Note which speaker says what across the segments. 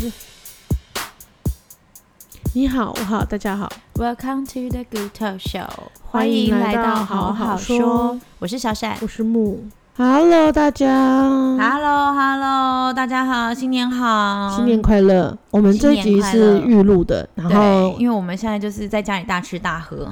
Speaker 1: 是你好，我好，大家好，
Speaker 2: Welcome to the Good Talk Show，
Speaker 1: 欢迎来到好好说，
Speaker 2: 我是小闪。
Speaker 1: 我是木。Hello，大家，
Speaker 2: Hello，Hello，大家好，新年好，
Speaker 1: 新年快乐！我们这一
Speaker 2: 新
Speaker 1: 集
Speaker 2: 年快乐
Speaker 1: 是预录的，然
Speaker 2: 对，
Speaker 1: 后
Speaker 2: 因为我们现在就是在家里大吃大 喝，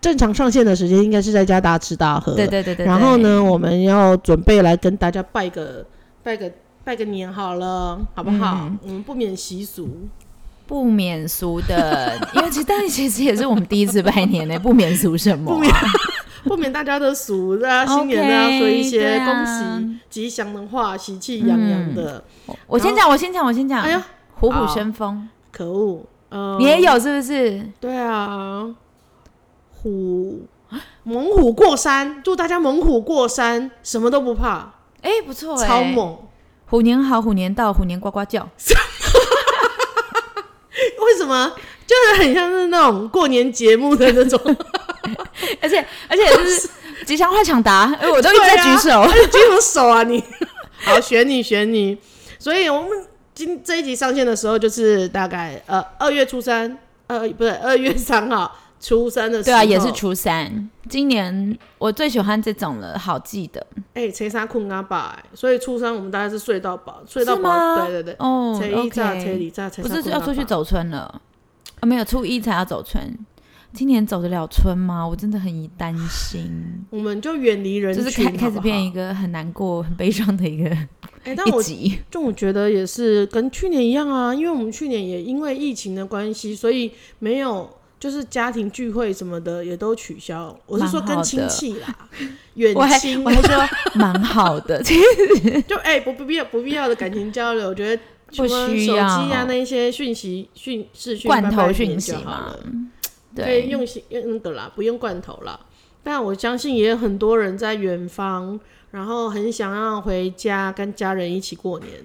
Speaker 1: 正常上线的时间应该是在家大吃大喝。
Speaker 2: 对对对对。
Speaker 1: 然后？呢，我们要准备来跟大家拜个拜个拜个年好了，好不好？
Speaker 2: 嗯
Speaker 1: 我们不免习俗，
Speaker 2: 不免俗的，因为其实 但其实也是我们第一次拜年 呢，不免俗什么啊？
Speaker 1: 不免不免大家的俗，大 家新年都要说一些
Speaker 2: OK，对
Speaker 1: 恭
Speaker 2: 啊嗯
Speaker 1: 喜、吉祥的话，喜气洋洋的。
Speaker 2: 我我先讲，我先讲，我先讲。
Speaker 1: 哎呀，
Speaker 2: 虎虎
Speaker 1: 哦
Speaker 2: 生风，
Speaker 1: 可恶！呃，
Speaker 2: 你也有是不是？
Speaker 1: 对啊，虎啊猛虎过山，祝大家猛虎过山，什么都不怕，
Speaker 2: 哎，不错哎，
Speaker 1: 超！猛！
Speaker 2: 虎年好，虎年到，虎年呱呱叫。
Speaker 1: 为什么？就是很像是那种过年节目的 那种，
Speaker 2: 而且而且就是吉祥话抢 答，哎，我都一直
Speaker 1: 对
Speaker 2: 在
Speaker 1: 啊
Speaker 2: 举手。
Speaker 1: 哎举什么手啊你？好，选你选你。所以我们今这一集上线的时候，就是大概呃二月初三，呃不对，二月三号初三的时
Speaker 2: 对
Speaker 1: 候，
Speaker 2: 啊，也是初三。今年我最喜欢这种了，好记的
Speaker 1: 哎，谁杀困阿爸、哎所以初三我们大概是睡到饱，睡到
Speaker 2: 是
Speaker 1: 饱，
Speaker 2: 吗
Speaker 1: 对对对，
Speaker 2: 哦。
Speaker 1: 初一炸，初
Speaker 2: OK，
Speaker 1: 二炸，初
Speaker 2: 不
Speaker 1: 三
Speaker 2: 是
Speaker 1: 困
Speaker 2: 要
Speaker 1: 阿
Speaker 2: 出去
Speaker 1: 爸
Speaker 2: 走村了啊？没有，初一才要走村。今年走得了村吗？我真的很担心，
Speaker 1: 我们就远离人
Speaker 2: 就
Speaker 1: 群，
Speaker 2: 是开开
Speaker 1: 好不
Speaker 2: 始
Speaker 1: 好
Speaker 2: 变一个很难过、很悲伤的一个
Speaker 1: 哎、但
Speaker 2: 一
Speaker 1: 我
Speaker 2: 集。
Speaker 1: 就我觉得也是跟去年一样啊，因为我们去年也因为疫情的关系，所以没有就是家庭聚会什么的也都取消。我是说
Speaker 2: 蛮好
Speaker 1: 跟
Speaker 2: 的
Speaker 1: 亲戚 啦，远
Speaker 2: 我还
Speaker 1: 亲
Speaker 2: 我还说蛮好的，其实
Speaker 1: 就哎、不不必要不必要的感情交流，我觉得
Speaker 2: 不
Speaker 1: 除了
Speaker 2: 需
Speaker 1: 手机啊
Speaker 2: 要
Speaker 1: 那一些讯息讯视讯
Speaker 2: 罐
Speaker 1: 拜拜
Speaker 2: 头
Speaker 1: 年
Speaker 2: 讯
Speaker 1: 就
Speaker 2: 息
Speaker 1: 好
Speaker 2: 嘛
Speaker 1: 了。可以
Speaker 2: 对，
Speaker 1: 用心用那个啦，不用罐头啦。但我相信也有很多人在远方，然后很想要回家跟家人一起过年的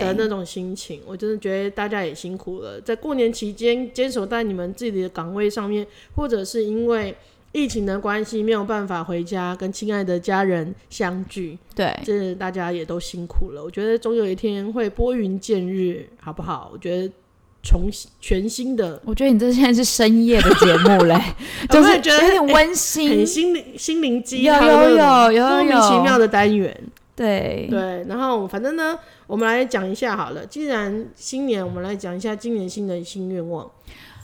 Speaker 2: 对，
Speaker 1: 那种心情。我真的觉得大家也辛苦了，在过年期间坚守在你们自己的岗位上面，或者是因为疫情的关系没有办法回家跟亲爱的家人相聚，
Speaker 2: 对，
Speaker 1: 这大家也都辛苦了。我觉得总有一天会拨云见日，好不好？我觉得重新全新的，
Speaker 2: 我觉得你这现在是深夜的节目嘞， 就
Speaker 1: 我
Speaker 2: 是
Speaker 1: 也觉得
Speaker 2: 有点温
Speaker 1: 很
Speaker 2: 馨，
Speaker 1: 心灵心灵鸡
Speaker 2: 有
Speaker 1: 汤的那种
Speaker 2: 有有有嗯
Speaker 1: 莫名其妙的单元。
Speaker 2: 对，
Speaker 1: 对，然后反正呢，我们来讲一下好了。既然新年，我们来讲一下今年新的新愿望。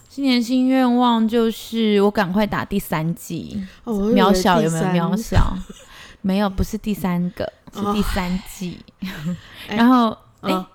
Speaker 2: 新年新愿望就是我赶快打第三季，
Speaker 1: 哦，我以为
Speaker 2: 渺小有没有
Speaker 1: 第三
Speaker 2: 渺？ 小？没有，不是第三个，是
Speaker 1: 哦
Speaker 2: 第三季。
Speaker 1: 哎
Speaker 2: 然后，哎、
Speaker 1: 嗯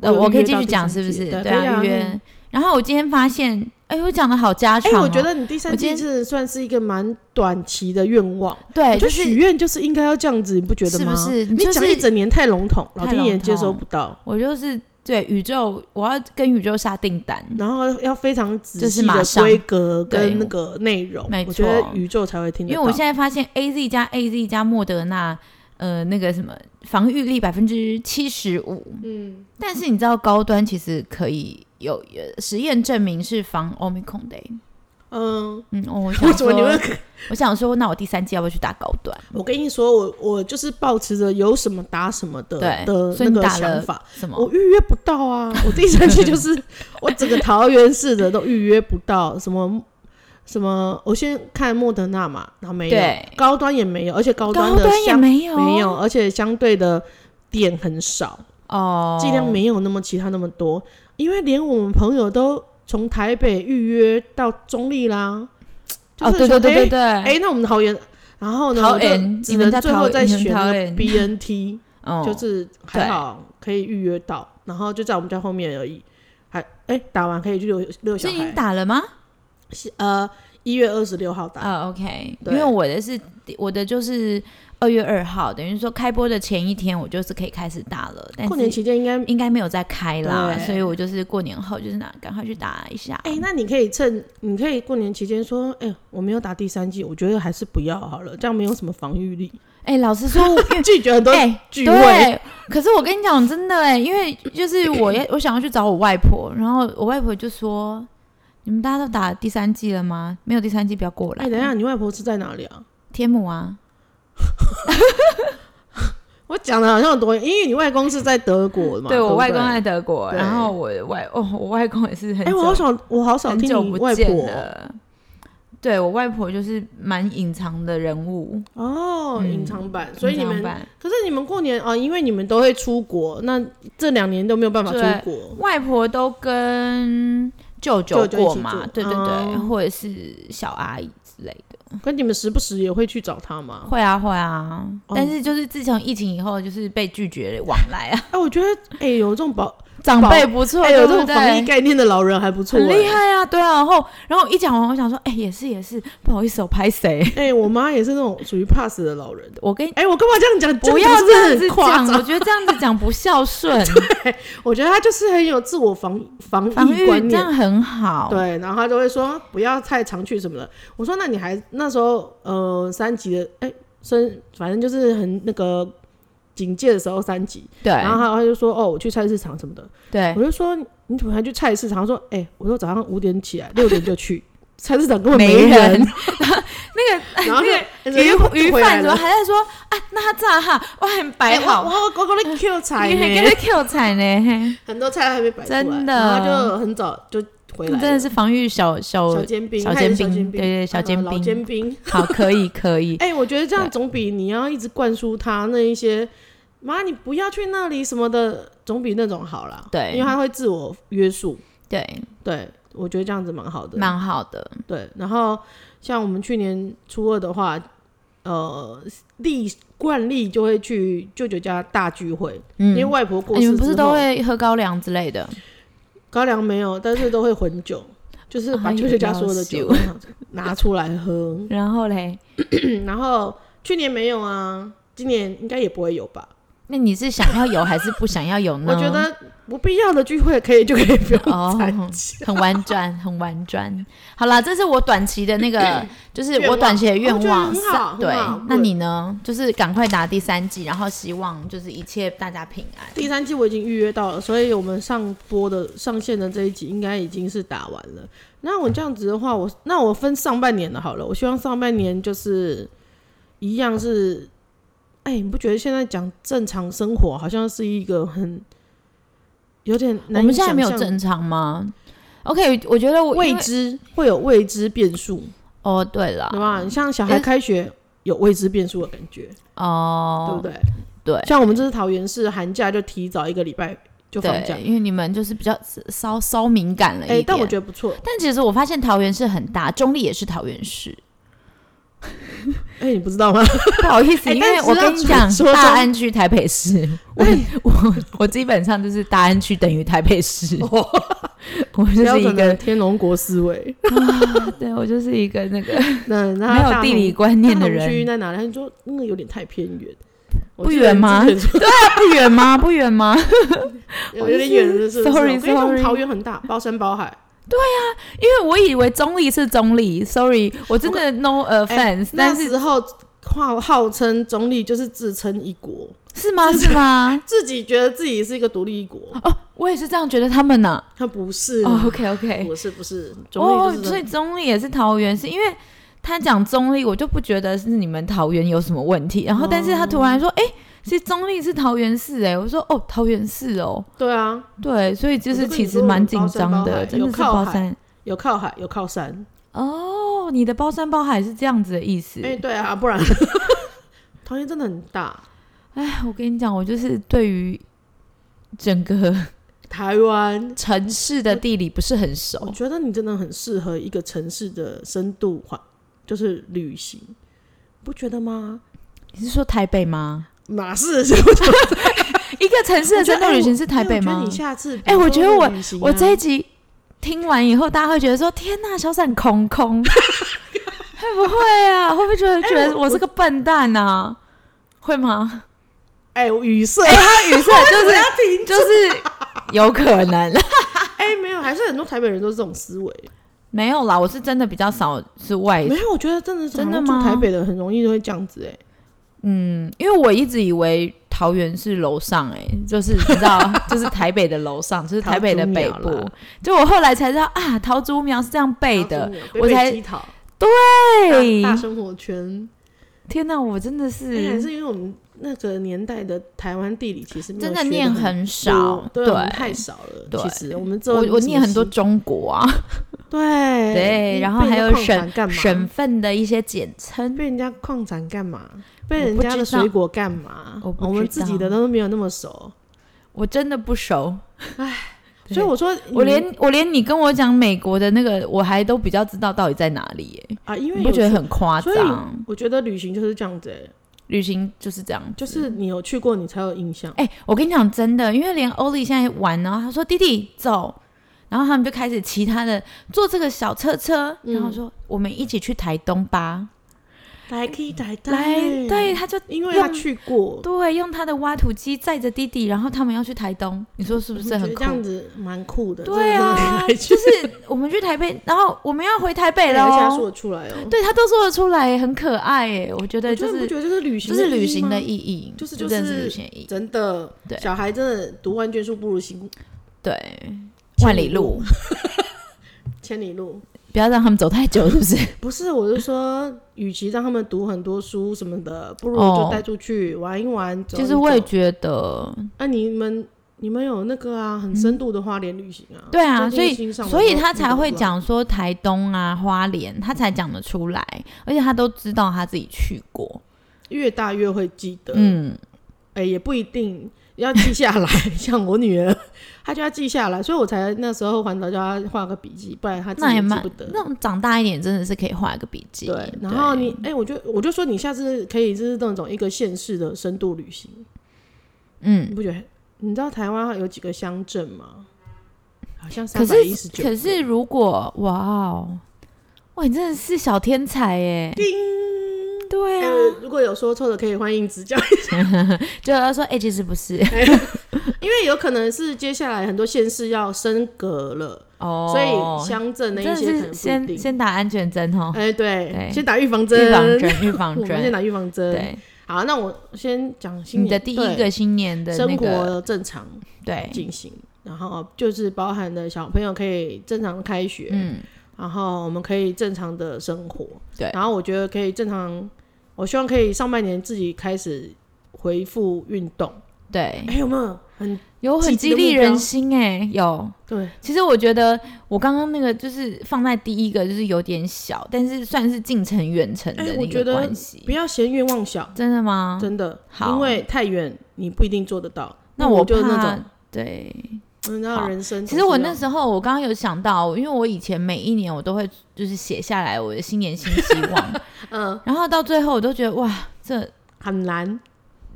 Speaker 2: 呃，
Speaker 1: 我有
Speaker 2: 我可
Speaker 1: 预
Speaker 2: 以
Speaker 1: 约
Speaker 2: 继
Speaker 1: 到
Speaker 2: 续
Speaker 1: 第
Speaker 2: 讲
Speaker 1: 三
Speaker 2: 是不
Speaker 1: 季
Speaker 2: 是？
Speaker 1: 对
Speaker 2: 对
Speaker 1: 可以啊
Speaker 2: 啊，预约。然后我今天发现，哎，我讲的好家
Speaker 1: 哎、
Speaker 2: 常、哦
Speaker 1: 我觉得你第三
Speaker 2: 我今
Speaker 1: 季
Speaker 2: 天
Speaker 1: 真的算是一个蛮短期的愿望。
Speaker 2: 对，
Speaker 1: 我觉
Speaker 2: 哎就
Speaker 1: 得许
Speaker 2: 是
Speaker 1: 愿就是应该要这样子，你不觉得
Speaker 2: 是
Speaker 1: 吗？
Speaker 2: 不是
Speaker 1: 你
Speaker 2: 就是
Speaker 1: 讲一整年太笼统，老
Speaker 2: 太
Speaker 1: 天爷
Speaker 2: 笼
Speaker 1: 接收
Speaker 2: 统
Speaker 1: 不到。
Speaker 2: 我就是对宇宙，我要跟宇宙下订单。
Speaker 1: 然后要非常仔
Speaker 2: 就
Speaker 1: 细
Speaker 2: 是
Speaker 1: 的
Speaker 2: 马上
Speaker 1: 规格
Speaker 2: 对
Speaker 1: 跟那个内容，
Speaker 2: 没
Speaker 1: 我觉得
Speaker 2: 错
Speaker 1: 宇宙才会听
Speaker 2: 因
Speaker 1: 得到。
Speaker 2: 为我现在发现 A Z 加 A Z 加莫德纳，呃，那个什么防御力百分之七十五，
Speaker 1: 嗯，
Speaker 2: 但是你知道高端其实可以有呃实验证明是防 Omicron 的欸、
Speaker 1: 嗯，
Speaker 2: 嗯，哦我
Speaker 1: 为
Speaker 2: 想
Speaker 1: 什么
Speaker 2: 说，
Speaker 1: 你会
Speaker 2: 我想说，那我第三季要不要去打高端？
Speaker 1: 我跟你说，我我就是保持着有什么打什么的
Speaker 2: 对
Speaker 1: 的那
Speaker 2: 所以你
Speaker 1: 个
Speaker 2: 打了
Speaker 1: 想法，
Speaker 2: 什么？
Speaker 1: 我预约不到啊！我第三季就是 我整个桃园市的都预约不到，什么什么，我先看莫德纳嘛，然后没有
Speaker 2: 对，
Speaker 1: 高端也没有，而且高
Speaker 2: 高
Speaker 1: 的
Speaker 2: 端也
Speaker 1: 相
Speaker 2: 没有，
Speaker 1: 没有，而且相对的点很少，
Speaker 2: 哦，
Speaker 1: 剂量没有那么其他那么多，因为连我们朋友都从台北预约到中立啦。就
Speaker 2: 哦，
Speaker 1: 是
Speaker 2: 对
Speaker 1: 说
Speaker 2: 对对
Speaker 1: 哎
Speaker 2: 对对，
Speaker 1: 哎、那我们桃园，然后呢，
Speaker 2: 桃
Speaker 1: 我就
Speaker 2: 园
Speaker 1: 只
Speaker 2: 你们
Speaker 1: 能
Speaker 2: 在
Speaker 1: 最
Speaker 2: 桃
Speaker 1: 后再
Speaker 2: 你们
Speaker 1: 选那
Speaker 2: 桃
Speaker 1: 个
Speaker 2: 园
Speaker 1: BNT，
Speaker 2: 哦，
Speaker 1: 就是还好可以预约到，然后就在我们家后面而已。还哎、打完可以去遛遛小
Speaker 2: 所以你
Speaker 1: 孩。
Speaker 2: 打了吗？
Speaker 1: 是呃，一月二十六号打，
Speaker 2: 啊、o k 因
Speaker 1: 对
Speaker 2: 为我的是我的就是二月二号，等于说开播的前一天，我就是可以开始打了，但
Speaker 1: 过年
Speaker 2: 是
Speaker 1: 期间应该
Speaker 2: 应该没有再开啦，
Speaker 1: 对
Speaker 2: 所以我就是过年后就是拿赶快去打一下。
Speaker 1: 哎、那你可以趁你可以过年期间说，哎、我没有打第三季，我觉得还是不要好了，这样没有什么防御力，
Speaker 2: 哎、老实 说，
Speaker 1: 拒绝很多
Speaker 2: 哎
Speaker 1: 聚会。
Speaker 2: 对，可是我跟你讲，真的哎，因为就是我 要我想要去找我外婆，然后我外婆就说：“你们大家都打第三季了吗？没有第三季不要
Speaker 1: 哎
Speaker 2: 过来。
Speaker 1: 啊哎、等一下，你外婆是在哪里啊？
Speaker 2: 天母啊，
Speaker 1: 我讲的好像有多，因为你外公是在德国嘛，
Speaker 2: 对我
Speaker 1: 不
Speaker 2: 外公在德国，
Speaker 1: 对
Speaker 2: 然后我的外哦，我外公也是很
Speaker 1: 哎、我好
Speaker 2: 久
Speaker 1: 少，我好少
Speaker 2: 很
Speaker 1: 听
Speaker 2: 久
Speaker 1: 你
Speaker 2: 不
Speaker 1: 外
Speaker 2: 见
Speaker 1: 婆
Speaker 2: 了。对我外婆就是蛮隐藏的人物，
Speaker 1: 哦，
Speaker 2: 嗯
Speaker 1: 隐、藏版，所以你
Speaker 2: 隐藏
Speaker 1: 们，
Speaker 2: 版
Speaker 1: 可是你们过年啊、因为你们都会出国，那这两年都没有办法出
Speaker 2: 对
Speaker 1: 国，
Speaker 2: 外婆都跟舅
Speaker 1: 舅
Speaker 2: 舅
Speaker 1: 舅一
Speaker 2: 过
Speaker 1: 起
Speaker 2: 嘛，
Speaker 1: 住
Speaker 2: 对对对，
Speaker 1: 哦
Speaker 2: 或者是小阿姨之类的，
Speaker 1: 可你们时不时也会去找他吗？
Speaker 2: 会啊会啊。
Speaker 1: 哦
Speaker 2: 但是就是自从疫情以后，就是被拒绝往来啊，
Speaker 1: 哎、我觉得哎、有这种保，
Speaker 2: 长辈不错，
Speaker 1: 哎、
Speaker 2: 对
Speaker 1: 有
Speaker 2: 不
Speaker 1: 这种防
Speaker 2: 对
Speaker 1: 疫概念的老人还不错、
Speaker 2: 很厉
Speaker 1: 哎。
Speaker 2: 害啊，对啊。然后然后一讲完，我想说，哎、也是也是，不好意思，我哦拍谁？
Speaker 1: 哎、我妈也是那种属于怕死的老人。
Speaker 2: 我跟
Speaker 1: 哎、我干嘛这样讲？这
Speaker 2: 不要
Speaker 1: 样讲是
Speaker 2: 这样
Speaker 1: 是
Speaker 2: 子
Speaker 1: 很夸
Speaker 2: 讲，我
Speaker 1: 张。
Speaker 2: 觉得这样子讲不 孝顺，
Speaker 1: 我觉得她就是很有自我防防
Speaker 2: 防
Speaker 1: 疫
Speaker 2: 御
Speaker 1: 观
Speaker 2: 这
Speaker 1: 念啊
Speaker 2: 样。很好。
Speaker 1: 对，然后她就会说不要太常去什么的。我说那你还那时候呃三级的哎升，反正就是很那个警戒的时候三级，
Speaker 2: 对
Speaker 1: 然后她她就说哦我去菜市场什么的，
Speaker 2: 对
Speaker 1: 我就说你怎么还去菜市场？她说哎、我说早上五点起来，六点就去菜市场根本
Speaker 2: 没
Speaker 1: 人
Speaker 2: 人，
Speaker 1: 然后就
Speaker 2: 鱼
Speaker 1: 人就
Speaker 2: 鱼
Speaker 1: 回来
Speaker 2: 贩怎么
Speaker 1: 了
Speaker 2: 还在说啊？那他炸哈，我很摆
Speaker 1: 哎
Speaker 2: 好
Speaker 1: 我，我我我在 Q 菜
Speaker 2: 你还
Speaker 1: 呢
Speaker 2: 跟。他 Q 彩呢？
Speaker 1: 很多菜还没摆出来，
Speaker 2: 真的
Speaker 1: 然后就很早就回来了，
Speaker 2: 真的是防御小小
Speaker 1: 小煎饼，
Speaker 2: 小
Speaker 1: 他也是
Speaker 2: 煎
Speaker 1: 小
Speaker 2: 饼
Speaker 1: 煎
Speaker 2: 对对小煎
Speaker 1: 啊老
Speaker 2: 饼
Speaker 1: 煎饼。
Speaker 2: 好，可以 可以。
Speaker 1: 哎、我觉得这样总比你要一直灌输他那一些“妈，你不要去那里”什么的，总比那种好啦。
Speaker 2: 对
Speaker 1: 因为他会自我约束。
Speaker 2: 对，
Speaker 1: 对，我觉得这样子蛮好的。
Speaker 2: 蛮好的。
Speaker 1: 对，然后像我们去年初二的话，呃，例惯例就会去舅舅家大聚会，
Speaker 2: 嗯
Speaker 1: 因为，外婆过
Speaker 2: 哎
Speaker 1: 世、
Speaker 2: 你们不是都会喝高粱之类的？
Speaker 1: 高粱没有，但是都会混酒， 就是把
Speaker 2: 哎
Speaker 1: 舅舅家所有的酒
Speaker 2: 了
Speaker 1: 拿出来喝。嗯
Speaker 2: 然后嘞，
Speaker 1: 然后去年没有啊，今年应该也不会有吧？
Speaker 2: 那你是想要有还是不想要有 呢？
Speaker 1: 我觉得不必要的聚会可以就可以 不
Speaker 2: 哦
Speaker 1: 用参加。
Speaker 2: 很婉转，很婉转。好啦，这是我短期的那个，就是我短期的愿
Speaker 1: 哦
Speaker 2: 望。
Speaker 1: 我觉得很好
Speaker 2: 三
Speaker 1: 很
Speaker 2: 对
Speaker 1: 好，
Speaker 2: 那
Speaker 1: 对
Speaker 2: 你呢？就是赶快打第三季，然后希望就是一切大家平安。
Speaker 1: 第三季我已经预约到了，所以我们上播的上线的这一集应该已经是打完了。那我这样子的话，我那我分上半年的好了，我希望上半年就是一样是，哎、你不觉得现在讲正常生活好像是一个很有点难
Speaker 2: 我
Speaker 1: 以
Speaker 2: 们现在没有
Speaker 1: 想象
Speaker 2: 正常吗？OK，我觉得我
Speaker 1: 未
Speaker 2: 因为
Speaker 1: 知会有未知变数，
Speaker 2: 哦，对了
Speaker 1: 对，吧？你像小孩开学有未知变数的感觉，对
Speaker 2: 哦
Speaker 1: 不，对？
Speaker 2: 对
Speaker 1: 像我们这次桃园市寒假就提早一个礼拜就放假
Speaker 2: 对，，因为你们就是比较稍稍敏感了一
Speaker 1: 哎，
Speaker 2: 点。
Speaker 1: 但我觉得不错，
Speaker 2: 但其实我发现桃园市很大，中立也是桃园 市。
Speaker 1: 哎，你不知道吗？
Speaker 2: 不好意思，
Speaker 1: 哎
Speaker 2: 因
Speaker 1: 但
Speaker 2: 为
Speaker 1: 是
Speaker 2: 我
Speaker 1: 要
Speaker 2: 跟你
Speaker 1: 主
Speaker 2: 讲，
Speaker 1: 说
Speaker 2: 大
Speaker 1: 中
Speaker 2: 安区台 北市，我我我基本上就是大安区等于台北市，
Speaker 1: 哦
Speaker 2: 我 就是
Speaker 1: 标
Speaker 2: 一
Speaker 1: 准的
Speaker 2: 个，
Speaker 1: 天龙国思维，
Speaker 2: 对我就是一个那个
Speaker 1: 那那
Speaker 2: 没有地理观念的
Speaker 1: 大同区
Speaker 2: 人，
Speaker 1: 在哪里？他说那个有点太偏远，
Speaker 2: 不远吗
Speaker 1: 我记得你 之前说
Speaker 2: 不远吗？不远吗？
Speaker 1: 有有点远了，是不是
Speaker 2: Sorry，
Speaker 1: 我跟你讲
Speaker 2: sorry
Speaker 1: 桃园很大，包山包海，
Speaker 2: 因为我以为中立是中立，sorry，我真的 no
Speaker 1: 哎
Speaker 2: offense，
Speaker 1: 那
Speaker 2: 但是
Speaker 1: 时候号号称中立就是自称一国，
Speaker 2: 是吗？是吗？
Speaker 1: 自己觉得自己是一个独立一国，
Speaker 2: 哦， 我也是这样觉得他们呢。
Speaker 1: 他不是
Speaker 2: 哦，OK OK，
Speaker 1: 不是不是，中，
Speaker 2: 哦
Speaker 1: 立就是
Speaker 2: 所以中立也是桃园，是因为他讲中立，我就不觉得是你们桃园有什么问题。然后，但是他突然说，
Speaker 1: 嗯
Speaker 2: 哎、其实中立是桃园市、哎，我说哦，桃园市哦，
Speaker 1: 对啊，
Speaker 2: 对，所以就
Speaker 1: 我
Speaker 2: 是
Speaker 1: 就跟
Speaker 2: 其
Speaker 1: 你
Speaker 2: 实
Speaker 1: 说
Speaker 2: 蛮
Speaker 1: 我们
Speaker 2: 紧
Speaker 1: 包山
Speaker 2: 张
Speaker 1: 包
Speaker 2: 的，
Speaker 1: 海
Speaker 2: 真
Speaker 1: 有
Speaker 2: 的是
Speaker 1: 靠
Speaker 2: 包
Speaker 1: 海
Speaker 2: 山
Speaker 1: 有靠海有靠山，
Speaker 2: 哦，你的包山包海是这样子的意思。
Speaker 1: 哎、对啊， 不然桃园真的很大，
Speaker 2: 哎，我跟你讲，我就是对于整个
Speaker 1: 台湾，
Speaker 2: 城市的地理不是很熟
Speaker 1: 我，觉得你真的很适合一个城市的深度环，就是旅行，不觉得吗？
Speaker 2: 你是说台北吗？
Speaker 1: 哪是？我觉得
Speaker 2: 一个城市的深度旅行是台北
Speaker 1: 哎我觉得
Speaker 2: 吗
Speaker 1: 你？下次，
Speaker 2: 哎我觉得
Speaker 1: 旅行啊
Speaker 2: 我这一集听完以后，大家会觉得说：“天呐，小闪空 空，会不会啊？会不会觉得
Speaker 1: 哎
Speaker 2: 觉得
Speaker 1: 我
Speaker 2: 我是个笨蛋呢、啊？会吗？
Speaker 1: 哎，我语塞，
Speaker 2: 他语塞 就是
Speaker 1: 停
Speaker 2: 就是有 可能，
Speaker 1: 哎，没有，还是很多台北人都是这种思维。
Speaker 2: 没有啦，我是真的比较少是外，
Speaker 1: 没有，我觉得哎真的是
Speaker 2: 真的
Speaker 1: 好像住
Speaker 2: 吗
Speaker 1: 台北的很容易就会这样子，哎，
Speaker 2: 嗯，因为我一直以为桃园是楼上、欸，就是你知 道，就是台北的楼上，就是台北的北
Speaker 1: 桃竹苗
Speaker 2: 部
Speaker 1: 啦。
Speaker 2: 就我后来才知道啊，桃竹苗是这样背
Speaker 1: 哎
Speaker 2: 的，
Speaker 1: 北
Speaker 2: 我
Speaker 1: 北
Speaker 2: 才
Speaker 1: 基桃
Speaker 2: 对
Speaker 1: 大大生活圈。
Speaker 2: 天哪，我真的是、
Speaker 1: 哎还是因为我们那个年代的台湾地理其实没有
Speaker 2: 真的
Speaker 1: 学得
Speaker 2: 念
Speaker 1: 很
Speaker 2: 很少
Speaker 1: 多，
Speaker 2: 对
Speaker 1: 对，啊我们太少了。
Speaker 2: 对
Speaker 1: 其实我们只有
Speaker 2: 我我念很多
Speaker 1: 什么
Speaker 2: 中国啊，
Speaker 1: 西对
Speaker 2: 对
Speaker 1: 你
Speaker 2: 然后
Speaker 1: 被人
Speaker 2: 还
Speaker 1: 家
Speaker 2: 有
Speaker 1: 矿产干嘛？
Speaker 2: 省份的一些简称。
Speaker 1: 被人家矿产干嘛？被
Speaker 2: 我
Speaker 1: 人
Speaker 2: 不
Speaker 1: 家
Speaker 2: 知
Speaker 1: 的
Speaker 2: 道
Speaker 1: 水果干嘛？
Speaker 2: 我不
Speaker 1: 我们
Speaker 2: 知
Speaker 1: 自己的
Speaker 2: 道
Speaker 1: 都没有那么熟，
Speaker 2: 我真的不熟，对
Speaker 1: 所以我说你，
Speaker 2: 我连我连你跟我讲美国的那个，我还都比较知道到底在哪里耶，
Speaker 1: 啊，因为
Speaker 2: 你不
Speaker 1: 有
Speaker 2: 觉得
Speaker 1: 时
Speaker 2: 很夸
Speaker 1: 所以
Speaker 2: 张？
Speaker 1: 我觉得旅行就是这样子、欸，
Speaker 2: 旅行就是这样，
Speaker 1: 就是你有去过，你才有印象。
Speaker 2: 哎、我跟你讲真的，因为连欧丽现在玩呢，他说弟弟走，然后他们就开始骑他的坐这个小车车，然后
Speaker 1: 嗯
Speaker 2: 说我们一起去台东吧，
Speaker 1: 来可以来
Speaker 2: 来，对，，他就
Speaker 1: 因为他
Speaker 2: 用
Speaker 1: 去过，
Speaker 2: 对用他的挖土机载着弟弟，然后他们要去台东，你说是不
Speaker 1: 我
Speaker 2: 是
Speaker 1: 觉
Speaker 2: 很
Speaker 1: 得
Speaker 2: 酷
Speaker 1: 这？样子蛮酷的。
Speaker 2: 对
Speaker 1: 真
Speaker 2: 啊，
Speaker 1: 的可以来去
Speaker 2: 就是我们去台北，然后我们要回台北
Speaker 1: 对
Speaker 2: 了
Speaker 1: 而且他说得
Speaker 2: 哦。
Speaker 1: 出来哦。
Speaker 2: 对他都说得出来，很可爱哎，我觉得
Speaker 1: 我
Speaker 2: 就
Speaker 1: 真的
Speaker 2: 是
Speaker 1: 不觉得这是旅行，
Speaker 2: 就是旅行的
Speaker 1: 意义
Speaker 2: 意义，
Speaker 1: 就是
Speaker 2: 这
Speaker 1: 就
Speaker 2: 真的是
Speaker 1: 是
Speaker 2: 旅行的意义，
Speaker 1: 真的，
Speaker 2: 对
Speaker 1: 小孩真的读万卷书不如行
Speaker 2: 对，
Speaker 1: 千
Speaker 2: 万
Speaker 1: 里
Speaker 2: 里路，
Speaker 1: 千里路。
Speaker 2: 不要让他们走太久，是不是？
Speaker 1: 不是，我是说，与其让他们读很多书什么的，不如
Speaker 2: 哦
Speaker 1: 就带出去玩一玩。走一
Speaker 2: 其实我也
Speaker 1: 走，
Speaker 2: 觉得，
Speaker 1: 那、你们你们有那个啊，很深度的花莲旅行啊。
Speaker 2: 嗯对啊，
Speaker 1: 最
Speaker 2: 所以
Speaker 1: 近新上的
Speaker 2: 所以
Speaker 1: 都
Speaker 2: 他
Speaker 1: 那
Speaker 2: 才
Speaker 1: 个
Speaker 2: 会
Speaker 1: 吧
Speaker 2: 讲说台东啊、花莲，他才讲得出来，而且他都知道他自己去过。
Speaker 1: 越大越会记得，嗯，
Speaker 2: 嗯，
Speaker 1: 哎、也不一定要记下来。 像我女儿，她就要记下来，所以我才那时候环岛叫她画个笔记，不然她自
Speaker 2: 那
Speaker 1: 己也
Speaker 2: 也
Speaker 1: 记
Speaker 2: 蛮
Speaker 1: 不得。
Speaker 2: 那种长大一点真的是可以画一个笔记。
Speaker 1: 对，然后
Speaker 2: 对
Speaker 1: 你，哎、我就我就说你下次可以就是那种一个县市的深度旅行，你
Speaker 2: 嗯，
Speaker 1: 不觉得？你知道台湾有几个乡镇吗？好像
Speaker 2: 可
Speaker 1: 三
Speaker 2: 是
Speaker 1: 百一十九。
Speaker 2: 可是如果哇哦，哇，你真的是小天才耶！对啊，
Speaker 1: 呃，如果有说错的，可以欢迎指教，
Speaker 2: 就他说哎、其实不是
Speaker 1: 因为有可能是接下来很多县市要升格了，
Speaker 2: 哦，
Speaker 1: 所以乡镇那
Speaker 2: 真
Speaker 1: 一
Speaker 2: 的
Speaker 1: 些可
Speaker 2: 是
Speaker 1: 能不一
Speaker 2: 先
Speaker 1: 定。
Speaker 2: 先打安全针哦，
Speaker 1: 哎、对，
Speaker 2: 对
Speaker 1: 先打预防针，
Speaker 2: 预防针，预防
Speaker 1: 我们先
Speaker 2: 针，
Speaker 1: 打预防针。
Speaker 2: 对，
Speaker 1: 好，那我先讲新
Speaker 2: 你
Speaker 1: 年
Speaker 2: 的第一个新年
Speaker 1: 对
Speaker 2: 的那
Speaker 1: 生
Speaker 2: 个
Speaker 1: 活正常
Speaker 2: 对，
Speaker 1: 进行，然后就是包含了小朋友可以正常开学，
Speaker 2: 嗯，
Speaker 1: 然后我们可以正常的生活，
Speaker 2: 对
Speaker 1: 然后我觉得可以正常，我希望可以上半年自己开始恢复运动，
Speaker 2: 对，
Speaker 1: 哎、有没有很
Speaker 2: 有很
Speaker 1: 积极
Speaker 2: 激
Speaker 1: 的
Speaker 2: 励
Speaker 1: 目标
Speaker 2: 人心哎、有。
Speaker 1: 对？
Speaker 2: 其实我觉得我刚刚那个就是放在第一个，就是有点小，但是算是近程远程
Speaker 1: 哎
Speaker 2: 的
Speaker 1: 我
Speaker 2: 那
Speaker 1: 觉
Speaker 2: 个
Speaker 1: 得
Speaker 2: 关系。
Speaker 1: 不要嫌愿望小，
Speaker 2: 真的吗？
Speaker 1: 真的，
Speaker 2: 哦好
Speaker 1: 因为太远你不一定做得到。
Speaker 2: 那
Speaker 1: 我
Speaker 2: 我
Speaker 1: 就
Speaker 2: 怕
Speaker 1: 那种，
Speaker 2: 对，
Speaker 1: 嗯，那
Speaker 2: 好
Speaker 1: 人生
Speaker 2: 其实我那
Speaker 1: 候
Speaker 2: 时候我刚刚有想到，因为我以前每一年我都会就是写下来我的新年新希望，
Speaker 1: 嗯
Speaker 2: 然后到最后我都觉得哇，这
Speaker 1: 很难，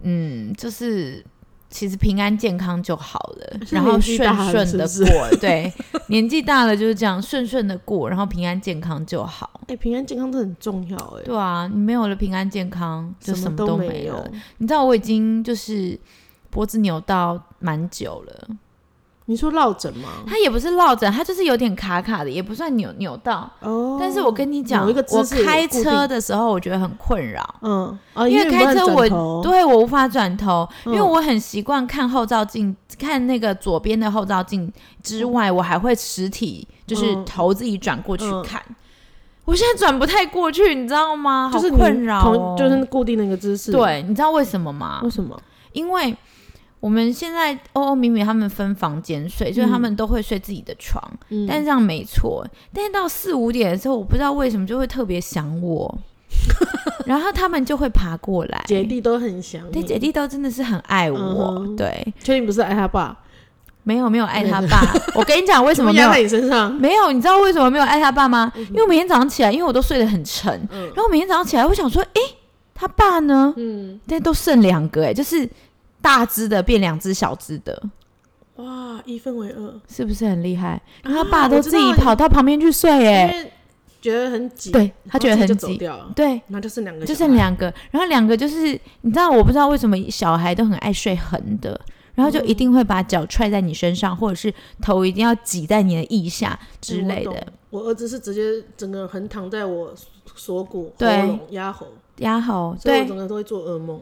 Speaker 2: 嗯，就是其实平安健康就好了，
Speaker 1: 是
Speaker 2: 然后
Speaker 1: 年纪
Speaker 2: 顺
Speaker 1: 大了
Speaker 2: 顺
Speaker 1: 是
Speaker 2: 的
Speaker 1: 不
Speaker 2: 过，
Speaker 1: 是
Speaker 2: 对，年纪大了就是这样，顺顺的过，然后平安健康就好。
Speaker 1: 哎、平安健康都很重要、哎，
Speaker 2: 对啊，你没有了平安健康，就
Speaker 1: 什
Speaker 2: 什
Speaker 1: 么
Speaker 2: 都
Speaker 1: 没
Speaker 2: 了。
Speaker 1: 有。
Speaker 2: 你知道我已经就是脖子扭到蛮久了，
Speaker 1: 嗯你说落枕吗？
Speaker 2: 它也不是落枕，它就是有点卡卡的，也不算扭扭到。
Speaker 1: 哦，
Speaker 2: 但是我跟你讲，
Speaker 1: 某一个
Speaker 2: 我
Speaker 1: 姿势
Speaker 2: 开
Speaker 1: 固定
Speaker 2: 车的时候我觉得很困扰。
Speaker 1: 嗯啊，
Speaker 2: 因为
Speaker 1: 你
Speaker 2: 开
Speaker 1: 不能
Speaker 2: 车
Speaker 1: 转
Speaker 2: 我
Speaker 1: 头
Speaker 2: 对我无法转头，因为
Speaker 1: 嗯
Speaker 2: 我很习惯看后照镜，看那个左边的后照镜之外，我还会实体就是
Speaker 1: 嗯
Speaker 2: 头自己转过去
Speaker 1: 嗯
Speaker 2: 看。我现在转不太过去，你知道吗？
Speaker 1: 啊就是
Speaker 2: 好
Speaker 1: 你
Speaker 2: 困扰、哦
Speaker 1: 同，就是固定那个姿势。，
Speaker 2: 对，啊你知道为什么吗
Speaker 1: 为？什么？
Speaker 2: 因为我们现在哦欧欧米米他们分房间睡，所以他
Speaker 1: 嗯
Speaker 2: 们都会睡自己的床，
Speaker 1: 嗯
Speaker 2: 但是这样没错。但是到四五点的时候，我不知道为什么就会特别想我， 然后他们就会爬过来，
Speaker 1: 姐弟都很想
Speaker 2: 对，
Speaker 1: 你
Speaker 2: 姐，弟都真的是很爱我。
Speaker 1: 嗯哼
Speaker 2: 对，
Speaker 1: 确定不是爱他爸？
Speaker 2: 没有没有爱他 爸。我跟你讲，为什么没
Speaker 1: 压
Speaker 2: 有
Speaker 1: 在你身上？
Speaker 2: 没有？你知道为什么没有爱他爸吗？因为我每天早上起来，因为我都睡得很沉，
Speaker 1: 嗯
Speaker 2: 然后我每天早上起来，我想说，诶，他爸呢？
Speaker 1: 嗯，
Speaker 2: 但都剩两个、诶，就是大只的变两只小只的，
Speaker 1: 哇，一分为二，
Speaker 2: 是不是很厉害？然
Speaker 1: 啊
Speaker 2: 后他爸都
Speaker 1: 我知
Speaker 2: 自
Speaker 1: 道
Speaker 2: 己跑到旁边去睡、欸诶，
Speaker 1: 因为觉得很挤，
Speaker 2: 对
Speaker 1: 然
Speaker 2: 他
Speaker 1: 后
Speaker 2: 觉得
Speaker 1: 自己
Speaker 2: 很
Speaker 1: 就走
Speaker 2: 挤，
Speaker 1: 掉了，
Speaker 2: 对。
Speaker 1: 然后就剩两个，
Speaker 2: 就剩，两个，然后两个就是你知道，我不知道为什么小孩都很爱睡横的，然后就一定会把脚踹在你身上，或者是头一定要挤在你的腋下之类
Speaker 1: 哎我
Speaker 2: 的
Speaker 1: 懂。我儿子是直接整个横躺在我锁骨、喉
Speaker 2: 对
Speaker 1: 咙、压喉，
Speaker 2: 压喉，
Speaker 1: 所以我
Speaker 2: 对
Speaker 1: 整，个都会做噩梦。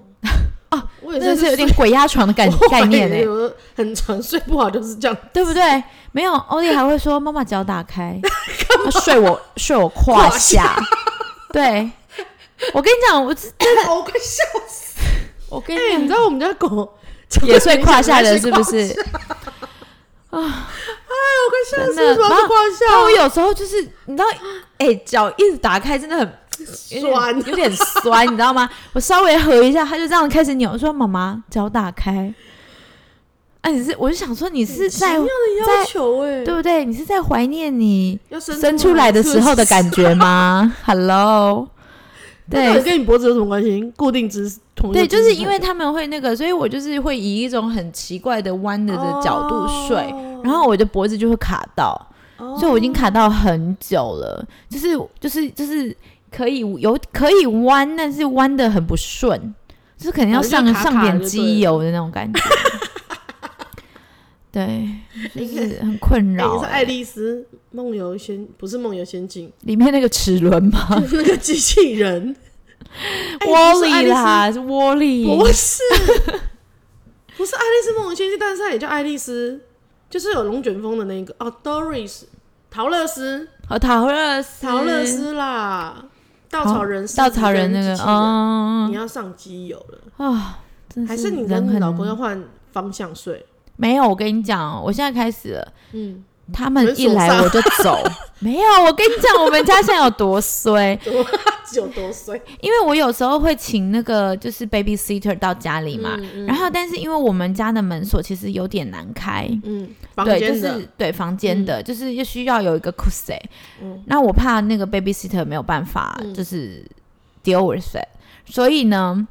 Speaker 2: 哦，
Speaker 1: 我也
Speaker 2: 真的
Speaker 1: 是
Speaker 2: 是 有点鬼压床的概概念欸呢，
Speaker 1: 呢，很长睡不好就是 这样，
Speaker 2: 对不对？没有，欧丽还会说妈妈脚打 开，要睡我睡我胯
Speaker 1: 胯
Speaker 2: 下。对，我跟你讲，我真
Speaker 1: 哦我快笑死。
Speaker 2: 我跟
Speaker 1: 哎、
Speaker 2: 你
Speaker 1: 你知道我们家狗
Speaker 2: 也睡胯下的是不
Speaker 1: 哎，
Speaker 2: 是？
Speaker 1: 我快吓
Speaker 2: 真的
Speaker 1: 死，主要
Speaker 2: 然
Speaker 1: 是
Speaker 2: 后
Speaker 1: 胯
Speaker 2: 但我
Speaker 1: 下
Speaker 2: 有时候就是你知道，哎、脚一直打开真的很有点
Speaker 1: 酸。
Speaker 2: 有点酸，你知道吗？我稍微合一下，他就这样开始扭，说：“妈妈，脚打开。”啊，你是，我就想说哎你是在
Speaker 1: 什么样的要求哎、
Speaker 2: 对不对？你是在怀念你
Speaker 1: 要伸
Speaker 2: 欸生出来的时候的感觉吗 ？Hello，
Speaker 1: 那到底
Speaker 2: 对
Speaker 1: 跟你脖子有什么关系？固定姿势，同一个
Speaker 2: 对，
Speaker 1: 姿
Speaker 2: 就
Speaker 1: 势
Speaker 2: 是因为他们会那个，所以我就是会以一种很奇怪的弯的的角度睡，
Speaker 1: 哦
Speaker 2: 然后我的脖子就会卡到。
Speaker 1: 哦
Speaker 2: 所以我已经卡到很久了，就是就是就是可以有可以弯，但是弯的很不顺，就是可能要
Speaker 1: 哦就
Speaker 2: 上
Speaker 1: 卡卡
Speaker 2: 上点
Speaker 1: 就对
Speaker 2: 机油的那种感觉。 对，就是很困
Speaker 1: 哎
Speaker 2: 扰
Speaker 1: 你是
Speaker 2: 欸、
Speaker 1: 爱丽丝梦游仙，不是梦游仙境，
Speaker 2: 里面那个齿轮吗？
Speaker 1: 就是那个机器人。 哎
Speaker 2: 窝
Speaker 1: 不是爱
Speaker 2: 里
Speaker 1: 丽丝
Speaker 2: 啦，是窝里。
Speaker 1: 不是，不是爱丽丝梦游仙境，但是它也叫爱丽丝，就是有龙卷风的那个哦，Doris，陶乐斯，
Speaker 2: 哦，陶乐斯，
Speaker 1: 陶乐斯啦，稻草人，
Speaker 2: 嗯稻草人那个
Speaker 1: 狮，子跟机器人
Speaker 2: 嗯
Speaker 1: 你要上机油了，
Speaker 2: 啊，真的
Speaker 1: 还是你
Speaker 2: 人
Speaker 1: 跟你
Speaker 2: 很
Speaker 1: 老公要换方向睡？
Speaker 2: 没有，我跟你讲，哦我现在开始了。
Speaker 1: 嗯，
Speaker 2: 他们一来我就 走，没有。我跟你讲，我们家现在有多衰，
Speaker 1: 只有多 睡，
Speaker 2: 因为我有时候会请那个就是 baby sitter 到家里嘛，
Speaker 1: 嗯
Speaker 2: 然后但是因为我们家的门锁其实有点难开，
Speaker 1: 嗯，房
Speaker 2: 对，就
Speaker 1: 间的，
Speaker 2: 是对房间的，就是又需要有一个 c u s i
Speaker 1: 嗯
Speaker 2: 那我怕那个 baby sitter 没有办法就是 deal with it，、所以呢，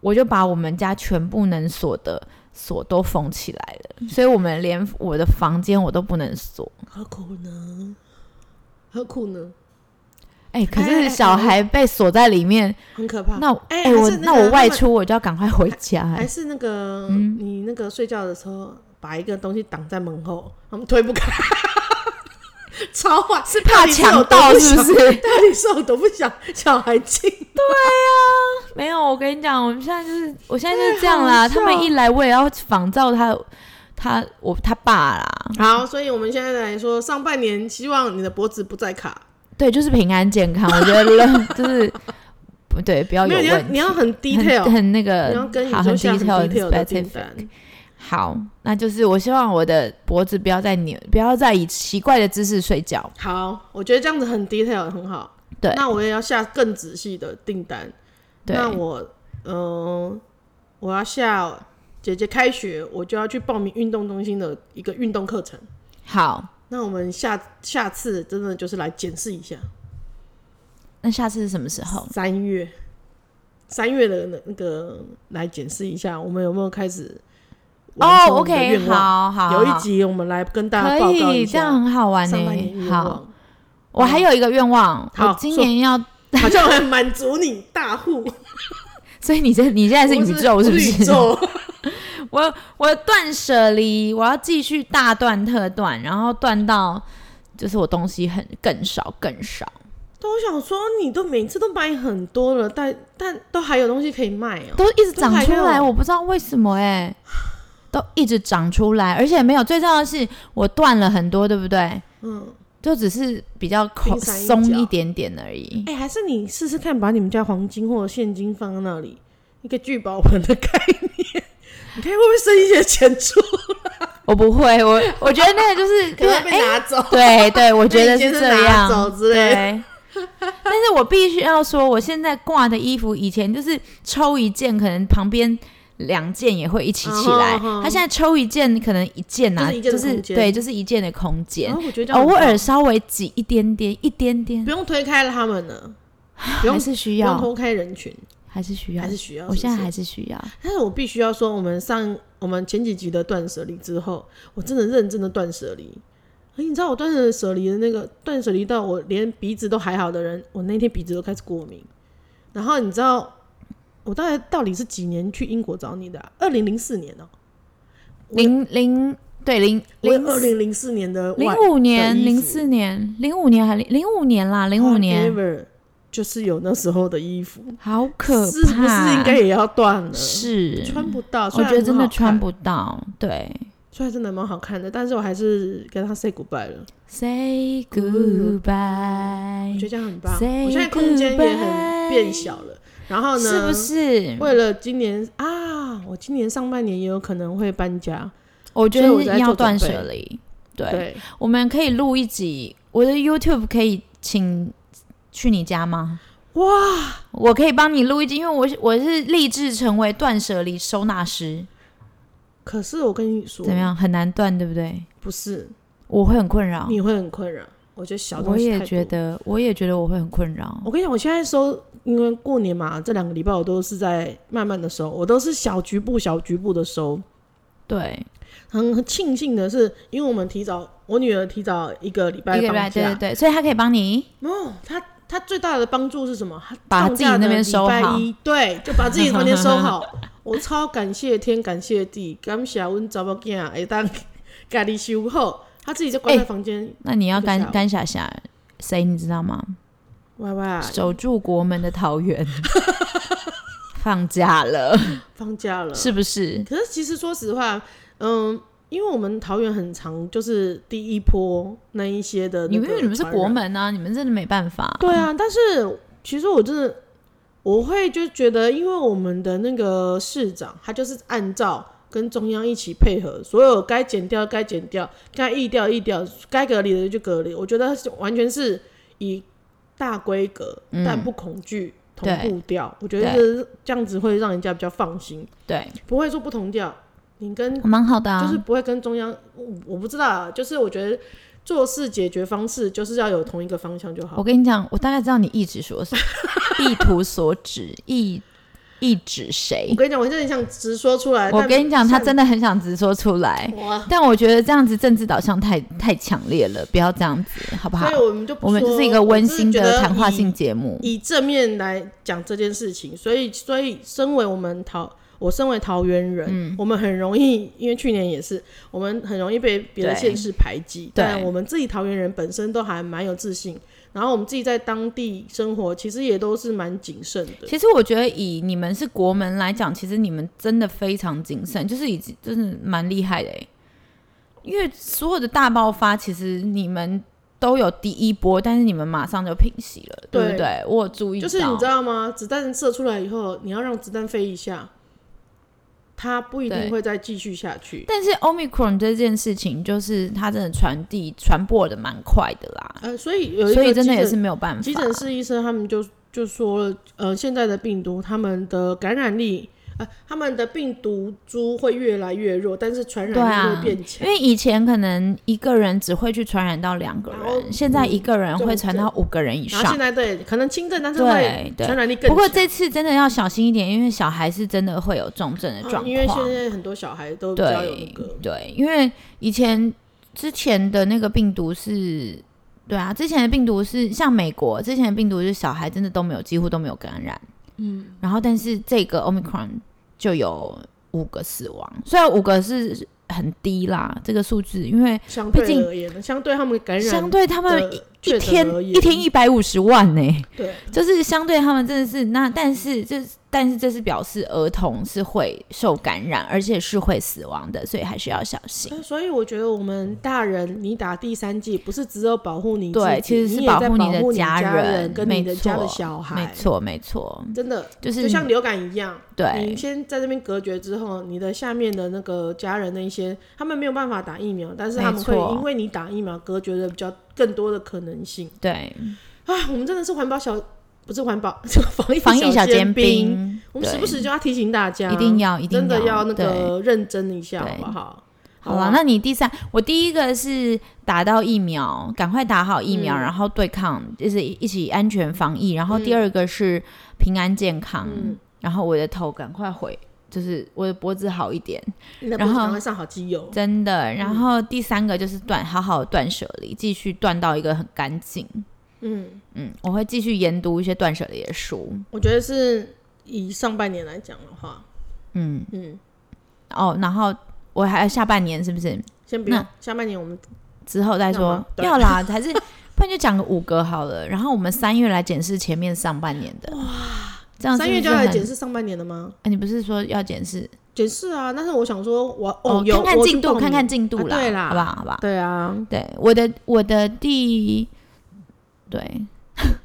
Speaker 2: 我就把我们家全部能锁的锁都封起来
Speaker 1: 嗯
Speaker 2: 了，所以我们连我的房间我都不能锁。
Speaker 1: 何苦呢？何苦呢？
Speaker 2: 哎、可
Speaker 1: 哎哎
Speaker 2: 是
Speaker 1: 哎
Speaker 2: 小孩被锁在里面，
Speaker 1: 很可怕。
Speaker 2: 那我
Speaker 1: 哎
Speaker 2: 哎、
Speaker 1: 还
Speaker 2: 我
Speaker 1: 是那
Speaker 2: 那
Speaker 1: 个
Speaker 2: 我
Speaker 1: 他
Speaker 2: 外
Speaker 1: 们
Speaker 2: 出我就要赶快回家、
Speaker 1: 还
Speaker 2: 哎，
Speaker 1: 是那个、
Speaker 2: 嗯
Speaker 1: 你那个睡觉的时候，把一个东西挡在门后，他们推不开， 超坏，是
Speaker 2: 怕强盗是不
Speaker 1: 到底是有多不想？到底是
Speaker 2: 是？
Speaker 1: 我都不想小孩进，
Speaker 2: 没有，我跟你讲，我们现在就是，我现在就是这
Speaker 1: 哎
Speaker 2: 样啦。他们一来，我也要仿照他，他我他爸啦。
Speaker 1: 好，所以我们现在来说，上半年希望你的脖子不再卡，
Speaker 2: 对，就是平安健康，我 觉得就是不对，不要
Speaker 1: 没有你要
Speaker 2: 问
Speaker 1: 你
Speaker 2: 题，
Speaker 1: 要很 detail，
Speaker 2: 很很那
Speaker 1: 你
Speaker 2: 个
Speaker 1: 要跟，宇
Speaker 2: 好，
Speaker 1: 宙
Speaker 2: 很
Speaker 1: 下很
Speaker 2: detail，很
Speaker 1: detail 的订
Speaker 2: specific。
Speaker 1: 单。
Speaker 2: 好，那就是我希望我的脖子不要再扭，不要再以奇怪的姿势睡觉。
Speaker 1: 好，我觉得这样子很 detail 很好。
Speaker 2: 对
Speaker 1: 那我也要下更仔细的订单。
Speaker 2: 对，
Speaker 1: 那我嗯、呃我要下姐姐开学，我就要去报名运动中心的一个运动课程。
Speaker 2: 好，
Speaker 1: 那我们下下次真的就是来检视一下，
Speaker 2: 那下次是什么时候？
Speaker 1: 三月三月的那那个来检视一下，我们有没有开始完
Speaker 2: 哦
Speaker 1: 成我们的
Speaker 2: ，OK，
Speaker 1: 愿望？
Speaker 2: 好好，
Speaker 1: 有一
Speaker 2: 好
Speaker 1: 集我们来跟大家报
Speaker 2: 可
Speaker 1: 告一
Speaker 2: 以，这
Speaker 1: 下
Speaker 2: 样很欸好玩
Speaker 1: 上半年
Speaker 2: 呢。
Speaker 1: 愿
Speaker 2: 好，
Speaker 1: 望，
Speaker 2: 我还有一个愿望，
Speaker 1: 好
Speaker 2: 我今年要，
Speaker 1: 好像很满足你大 户，
Speaker 2: 所以你这你现在是宇宙
Speaker 1: 我
Speaker 2: 是不
Speaker 1: 宇
Speaker 2: 是？
Speaker 1: 宙
Speaker 2: 我我断舍离，我要继续大断特断，然后断到就是我东西很更少更少。
Speaker 1: 但我想说，你都每次都买很多了，但但都还有东西可以卖哦、
Speaker 2: 都一直长出
Speaker 1: 都还
Speaker 2: 来，
Speaker 1: 有
Speaker 2: 我不知道为什么哎、都一直长出来，而且没有最重要的是，我断了很多，对不对？
Speaker 1: 嗯，
Speaker 2: 就只是比较
Speaker 1: 冰山一角
Speaker 2: 松一点点而已。
Speaker 1: 哎、还是你试试看，把你们家黄金或者现金放在那里，一个聚宝盆的概念，你看会不会生一些钱出
Speaker 2: 我不会，我我觉得那个就是，
Speaker 1: 可
Speaker 2: 对
Speaker 1: 能被拿走？
Speaker 2: 对对，我觉得
Speaker 1: 被你先生
Speaker 2: 是这
Speaker 1: 拿
Speaker 2: 样。
Speaker 1: 走之类的。
Speaker 2: 对， 但是我必须要说，我现在挂的衣服以前就是抽一件，可能旁边两件也会一起起来。
Speaker 1: 嗯哼嗯哼
Speaker 2: 他现在抽一件，可能一件啊，
Speaker 1: 就是一件的
Speaker 2: 就是
Speaker 1: 空间
Speaker 2: 对，就是一件的空间
Speaker 1: 啊然。后我觉得这样
Speaker 2: 偶
Speaker 1: 很
Speaker 2: 尔
Speaker 1: 棒
Speaker 2: 稍微挤一点点，一点点
Speaker 1: 不，用推开了他们了，不用
Speaker 2: 啊还是需
Speaker 1: 不用
Speaker 2: 要，
Speaker 1: 偷开人群，
Speaker 2: 还是需要
Speaker 1: 还是。需要。
Speaker 2: 我现在还
Speaker 1: 是
Speaker 2: 是需要，
Speaker 1: 不是，但是我必须要说，我们上我们前几集的断舍离之后，我真的认真的断舍离。哎你知道我断舍离的那个断舍离到我连鼻子都还好的人，我那天鼻子都开始过敏。然后你知道我大概到底是几年去英国找你的、啊？二零零四年哦、我
Speaker 2: 零零对零
Speaker 1: 我
Speaker 2: 零
Speaker 1: 二零零四年的
Speaker 2: 零
Speaker 1: 外
Speaker 2: 五年、
Speaker 1: 衣
Speaker 2: 零
Speaker 1: 服
Speaker 2: 四年、零五年还零零五年啦，零五年，
Speaker 1: whatever，就是有那时候的衣服，
Speaker 2: 好 可怕，
Speaker 1: 是不是应该也要断了？
Speaker 2: 是
Speaker 1: 穿不到，啊虽
Speaker 2: 我
Speaker 1: 然
Speaker 2: 觉得真
Speaker 1: 很
Speaker 2: 的
Speaker 1: 好
Speaker 2: 穿
Speaker 1: 看，
Speaker 2: 不到。对
Speaker 1: 虽然真的蛮好看的，但是我还是跟他 say goodbye 了。
Speaker 2: ，Say
Speaker 1: 嗯
Speaker 2: goodbye
Speaker 1: 我觉得。这样很棒。
Speaker 2: Say
Speaker 1: 我现在空间也很变小了，然后呢，
Speaker 2: 是不是？
Speaker 1: 为了今年啊，我今年上半年也有可能会搬家，
Speaker 2: 我觉
Speaker 1: 所以我
Speaker 2: 得
Speaker 1: 在
Speaker 2: 是要
Speaker 1: 做准
Speaker 2: 断
Speaker 1: 备
Speaker 2: 舍离。对，
Speaker 1: 对，
Speaker 2: 我们可以录一集，我的 YouTube 可以请去你家吗？
Speaker 1: 哇，
Speaker 2: 我可以帮你录一集，因为我是我是立志成为断舍离收纳师，
Speaker 1: 可是我跟你说，
Speaker 2: 怎么？样？很难断，对不对？
Speaker 1: 不是，
Speaker 2: 我会很困扰，
Speaker 1: 你会很困扰。我觉得小
Speaker 2: 我
Speaker 1: 东西
Speaker 2: 也
Speaker 1: 太
Speaker 2: 觉
Speaker 1: 多哦
Speaker 2: 得，我也觉得我会很困扰。
Speaker 1: 我跟你讲，我现在收，因为过年嘛，这两个礼拜我都是在慢慢的收，我都是小局部、小局部的收。
Speaker 2: 对，
Speaker 1: 很很庆幸的是，因为我们提早，我女儿提早一个礼拜
Speaker 2: 一个
Speaker 1: 放
Speaker 2: 礼拜，
Speaker 1: 假，
Speaker 2: 对对对，所以他可以帮你。
Speaker 1: 哦，她她最大的帮助是什么？她
Speaker 2: 把
Speaker 1: 放
Speaker 2: 自己
Speaker 1: 假的
Speaker 2: 那边
Speaker 1: 礼
Speaker 2: 收
Speaker 1: 拜
Speaker 2: 好
Speaker 1: 一，对，就把自己的房间收 好。我超感谢天，感谢地，感谢阮查某囝会当 家己修好，她自己就关在
Speaker 2: 哎
Speaker 1: 房间。
Speaker 2: 那你要
Speaker 1: 一个下
Speaker 2: 干
Speaker 1: 午
Speaker 2: 干傻傻谁，你知道吗？
Speaker 1: 哇哇，
Speaker 2: 守住国门的 桃园，放假了，
Speaker 1: 放假了，
Speaker 2: 是不是？
Speaker 1: 可是其实说实话，嗯，因为我们桃园很长，就是第一波那一些的、
Speaker 2: 你们因为你们是国，门啊，你们真的没办法。
Speaker 1: 对啊。但是其实我真的我会就觉得，因为我们的那个市长，他就是按照跟中央一起配合，所有该减掉该减掉，该疫掉疫掉，该隔离的就隔离。我觉得是完全是以大规格、但不恐惧同
Speaker 2: 嗯对
Speaker 1: 步掉，我觉得
Speaker 2: 对
Speaker 1: 是这样子会让人家比较放心，
Speaker 2: 对，
Speaker 1: 不会说不同调。你跟
Speaker 2: 蛮好的啊。
Speaker 1: 就是不会跟中央，我我不知道啊，就是我觉得做事解决方式就是要有同一个方向就
Speaker 2: 我
Speaker 1: 好。
Speaker 2: 跟你讲，我大概知道你意指 说什么，意图所指，意意指谁
Speaker 1: 我？跟你讲，我真的很想直说出来。
Speaker 2: 我
Speaker 1: 哎但
Speaker 2: 跟你讲，他
Speaker 1: 像
Speaker 2: 真的很想直说出来，
Speaker 1: 我，
Speaker 2: 但我觉得这样子政治导向太太强烈了，不要这样子，好不好
Speaker 1: 所以？我们就不
Speaker 2: 我们
Speaker 1: 说
Speaker 2: 这是一个温馨
Speaker 1: 我只是觉
Speaker 2: 的
Speaker 1: 得
Speaker 2: 谈话性
Speaker 1: 以
Speaker 2: 节目。
Speaker 1: 以正面来讲这件事情，所以所以身为我们桃，我身为桃园人，
Speaker 2: 嗯
Speaker 1: 我们很容易，因为去年也是，我们很容易被别的
Speaker 2: 对
Speaker 1: 县市排挤，
Speaker 2: 对
Speaker 1: 但我们自己桃园人本身都还蛮有自信，然后我们自己在当地生活，其实也都是蛮谨慎的。
Speaker 2: 其实我觉得以你们是国门来讲，其实你们真的非常谨慎，就是已经真的蛮厉害的欸因为所有的大爆发，其实你们都有第一波，但是你们马上就平息了，对不
Speaker 1: 对
Speaker 2: 对？我有注意到，
Speaker 1: 就是你知道吗？子弹射出来以后，你要让子弹飞一下，它不一定
Speaker 2: 对
Speaker 1: 会再继续下去。
Speaker 2: 但是 Omicron 这件事情，就是它真的传递传播的蛮快的啦，
Speaker 1: 呃，所以有一个
Speaker 2: 所以真的
Speaker 1: 急
Speaker 2: 也
Speaker 1: 诊
Speaker 2: 是没有办法。
Speaker 1: 急诊室医生他们就就说了，呃，现在的病毒他们的感染力，呃，他们的病毒株会越来越弱，但是传
Speaker 2: 对
Speaker 1: 染力
Speaker 2: 啊
Speaker 1: 会变强。
Speaker 2: 因为以前可能一个人只会去传染到两个
Speaker 1: 然后
Speaker 2: 人，现在一个人会传到五个人以
Speaker 1: 然后
Speaker 2: 上
Speaker 1: 现。在对可能轻症，但是会
Speaker 2: 对
Speaker 1: 传
Speaker 2: 对，
Speaker 1: 染力更强。
Speaker 2: 不过这次真的要小心一点，因为小孩是真的会有重症的
Speaker 1: 啊
Speaker 2: 状
Speaker 1: 因为
Speaker 2: 况
Speaker 1: 现。在很多小孩都比较有那
Speaker 2: 对
Speaker 1: 个，
Speaker 2: 对，因为以前之前的那个病毒是，对啊，之前的病毒是像美国之前的病毒是小孩真的都没有，几乎都没有感染。嗯，然后但是这个 omicron 就有五个死亡，虽然五个是很低啦，这个数字，因为
Speaker 1: 相
Speaker 2: 毕
Speaker 1: 对
Speaker 2: 竟
Speaker 1: 而言，相对他们感染
Speaker 2: 相对他们
Speaker 1: 的
Speaker 2: 一
Speaker 1: 确诊
Speaker 2: 天
Speaker 1: 而言
Speaker 2: 一天一百五十万呢、
Speaker 1: 对
Speaker 2: 就是相对他们真的是那，但是这但是这是表示儿童是会受感染，而且是会死亡的，所以还是要小心。
Speaker 1: 呃所以我觉得我们大人，你打第三剂不是只有保护你自己，
Speaker 2: 对，其实
Speaker 1: 你
Speaker 2: 是
Speaker 1: 也在
Speaker 2: 护
Speaker 1: 保
Speaker 2: 的
Speaker 1: 护你
Speaker 2: 家
Speaker 1: 人跟你
Speaker 2: 没
Speaker 1: 的
Speaker 2: 错，
Speaker 1: 家的小孩，
Speaker 2: 没，错没错，
Speaker 1: 真的
Speaker 2: 就是
Speaker 1: 就像流感一样，你
Speaker 2: 对
Speaker 1: 先在这边隔绝之后，你的下面的那个家人那一些，他们没有办法打疫苗，但是他们会
Speaker 2: 没错
Speaker 1: 因为你打疫苗隔绝的比较更多的可能性
Speaker 2: 对，
Speaker 1: 啊！我们真的是环保小，不是环保， 这个防疫
Speaker 2: 防疫
Speaker 1: 小
Speaker 2: 尖
Speaker 1: 兵，
Speaker 2: 兵，
Speaker 1: 我们
Speaker 2: 对
Speaker 1: 时不时就要提醒大家，
Speaker 2: 一定要一定
Speaker 1: 真的
Speaker 2: 要
Speaker 1: 要那个认真一下，
Speaker 2: 对
Speaker 1: 好不好？啊
Speaker 2: 好了，
Speaker 1: 吧
Speaker 2: 那你第三，我第一个是打到疫苗，赶快打好疫苗，
Speaker 1: 嗯
Speaker 2: 然后对抗，就是一起安全防疫。然后第
Speaker 1: 嗯
Speaker 2: 二个是平安健康，
Speaker 1: 嗯
Speaker 2: 然后我的头赶快回，就是我的脖子好一点，
Speaker 1: 你的脖
Speaker 2: 然
Speaker 1: 子
Speaker 2: 后
Speaker 1: 赶快上好机油，
Speaker 2: 真的。
Speaker 1: 嗯
Speaker 2: 然后第三个就是断，好好地断舍离，继续断到一个很干净。
Speaker 1: 嗯。
Speaker 2: 嗯，我会继续研读一些断舍离的书。
Speaker 1: 我觉得是以上半年来讲的话，
Speaker 2: 嗯
Speaker 1: 嗯，
Speaker 2: 哦，然后我还下半年是不是
Speaker 1: 先不用
Speaker 2: 那，
Speaker 1: 下半年我们
Speaker 2: 之后再
Speaker 1: 要
Speaker 2: 说
Speaker 1: 吗？对
Speaker 2: 要啦，还是不然就讲个五个好了。然后我们三月来检视前面上半年的。哇，这样
Speaker 1: 三月
Speaker 2: 是
Speaker 1: 就
Speaker 2: 不
Speaker 1: 要
Speaker 2: 是
Speaker 1: 来
Speaker 2: 很
Speaker 1: 检视上半年了吗？
Speaker 2: 哎你不是说要检视
Speaker 1: 检视啊，但是我想说我，哦，有
Speaker 2: 看看
Speaker 1: 我去
Speaker 2: 进度，
Speaker 1: 报名
Speaker 2: 看看进度
Speaker 1: 啊对啦
Speaker 2: 啦，好不好？好吧。
Speaker 1: 对啊，
Speaker 2: 对，我的我的第对